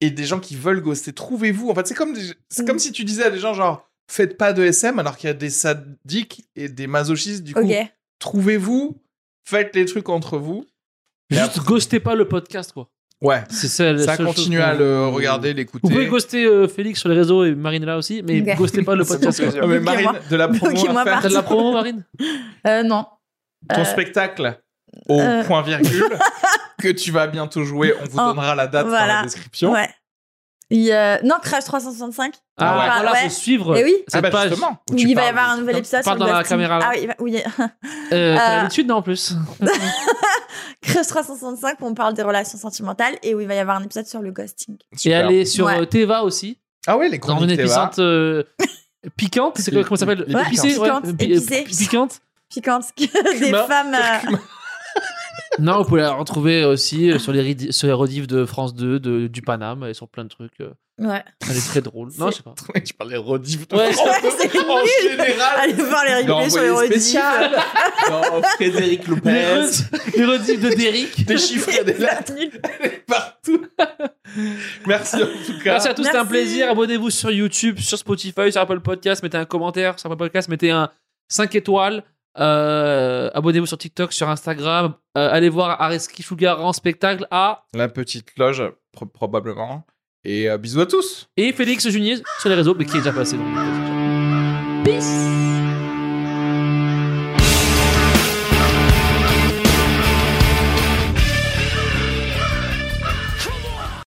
et des gens qui veulent ghoster, trouvez-vous. En fait, c'est comme, des- c'est comme si tu disais à des gens, genre, Ah, faites pas de SM, alors qu'il y a des sadiques et des masochistes, du coup Ok. trouvez-vous Faites les trucs entre vous. Juste ghostez pas le podcast, quoi. Ouais. C'est ça, la Ça seule chose continue qu'on- à le regarder, Vous pouvez l'écouter. ghoster euh, Félix sur les réseaux et Marine là aussi, mais Ok. ghostez [LAUGHS] pas le C'est podcast. mon quoi. plaisir. Non, mais Ok, moi. Marine, de la promo Ok, à moi, faire. T'as de la promo, Marine Ah Euh, non. Ton Euh, spectacle au euh. point [LAUGHS] virgule que tu vas bientôt jouer. On vous Oh, donnera la date dans voilà. la description. Ouais. Il, euh, Non, Crash 365. Ah ouais. Ah, voilà, Ouais. faut suivre. Eh oui. Ah Cette bah page. justement. où Où tu il va y parles avoir un de- nouvel épisode Parle sur le dans la live stream. caméra, là. Ah oui, il va- oui, Euh, T'as Euh, l'habitude, non, en plus [LAUGHS] Crash 365, on parle des relations sentimentales et où il va y avoir un épisode sur le ghosting. Et Super. aller sur Ouais. euh, Teva aussi, Ah ouais, les dans une chroniques Teva. épisode euh, piquante. C'est quoi, Les- comment ça s'appelle les Ouais, Épicée, piquantes, ouais, pi- euh, épicée. Piquante. Piquante des Curcuma. femmes. euh, Non, vous pouvez la retrouver aussi euh, sur les, redi- sur les rediffs de France 2, de- du Paname, et sur plein de trucs. euh. Ouais. [LAUGHS] Elle est très drôle. Non, je sais pas. Ouais, Je parlais rediff de Ouais. France Ouais, c'est deux, en [LAUGHS] général. Allez voir les Dans régulés sur les Envoyé rediffs. spécial. [LAUGHS] Dans Frédéric Les, Lopez. rediffs- les rediffs de [LAUGHS] Derrick. Des chiffres, il y a des lettres [LAUGHS] partout. Merci en tout cas. Merci à tous, c'était un Merci. plaisir. Abonnez-vous sur YouTube, sur Spotify, sur Apple Podcast. Mettez un commentaire sur Apple Podcast. Mettez un 5 étoiles. Euh, Abonnez-vous sur TikTok, sur Instagram. Euh, allez voir Areski Sugar en spectacle à La petite loge, pro- probablement. Et euh, bisous à tous. et Félix Junier sur les réseaux, mais qui est déjà passé. donc. Peace.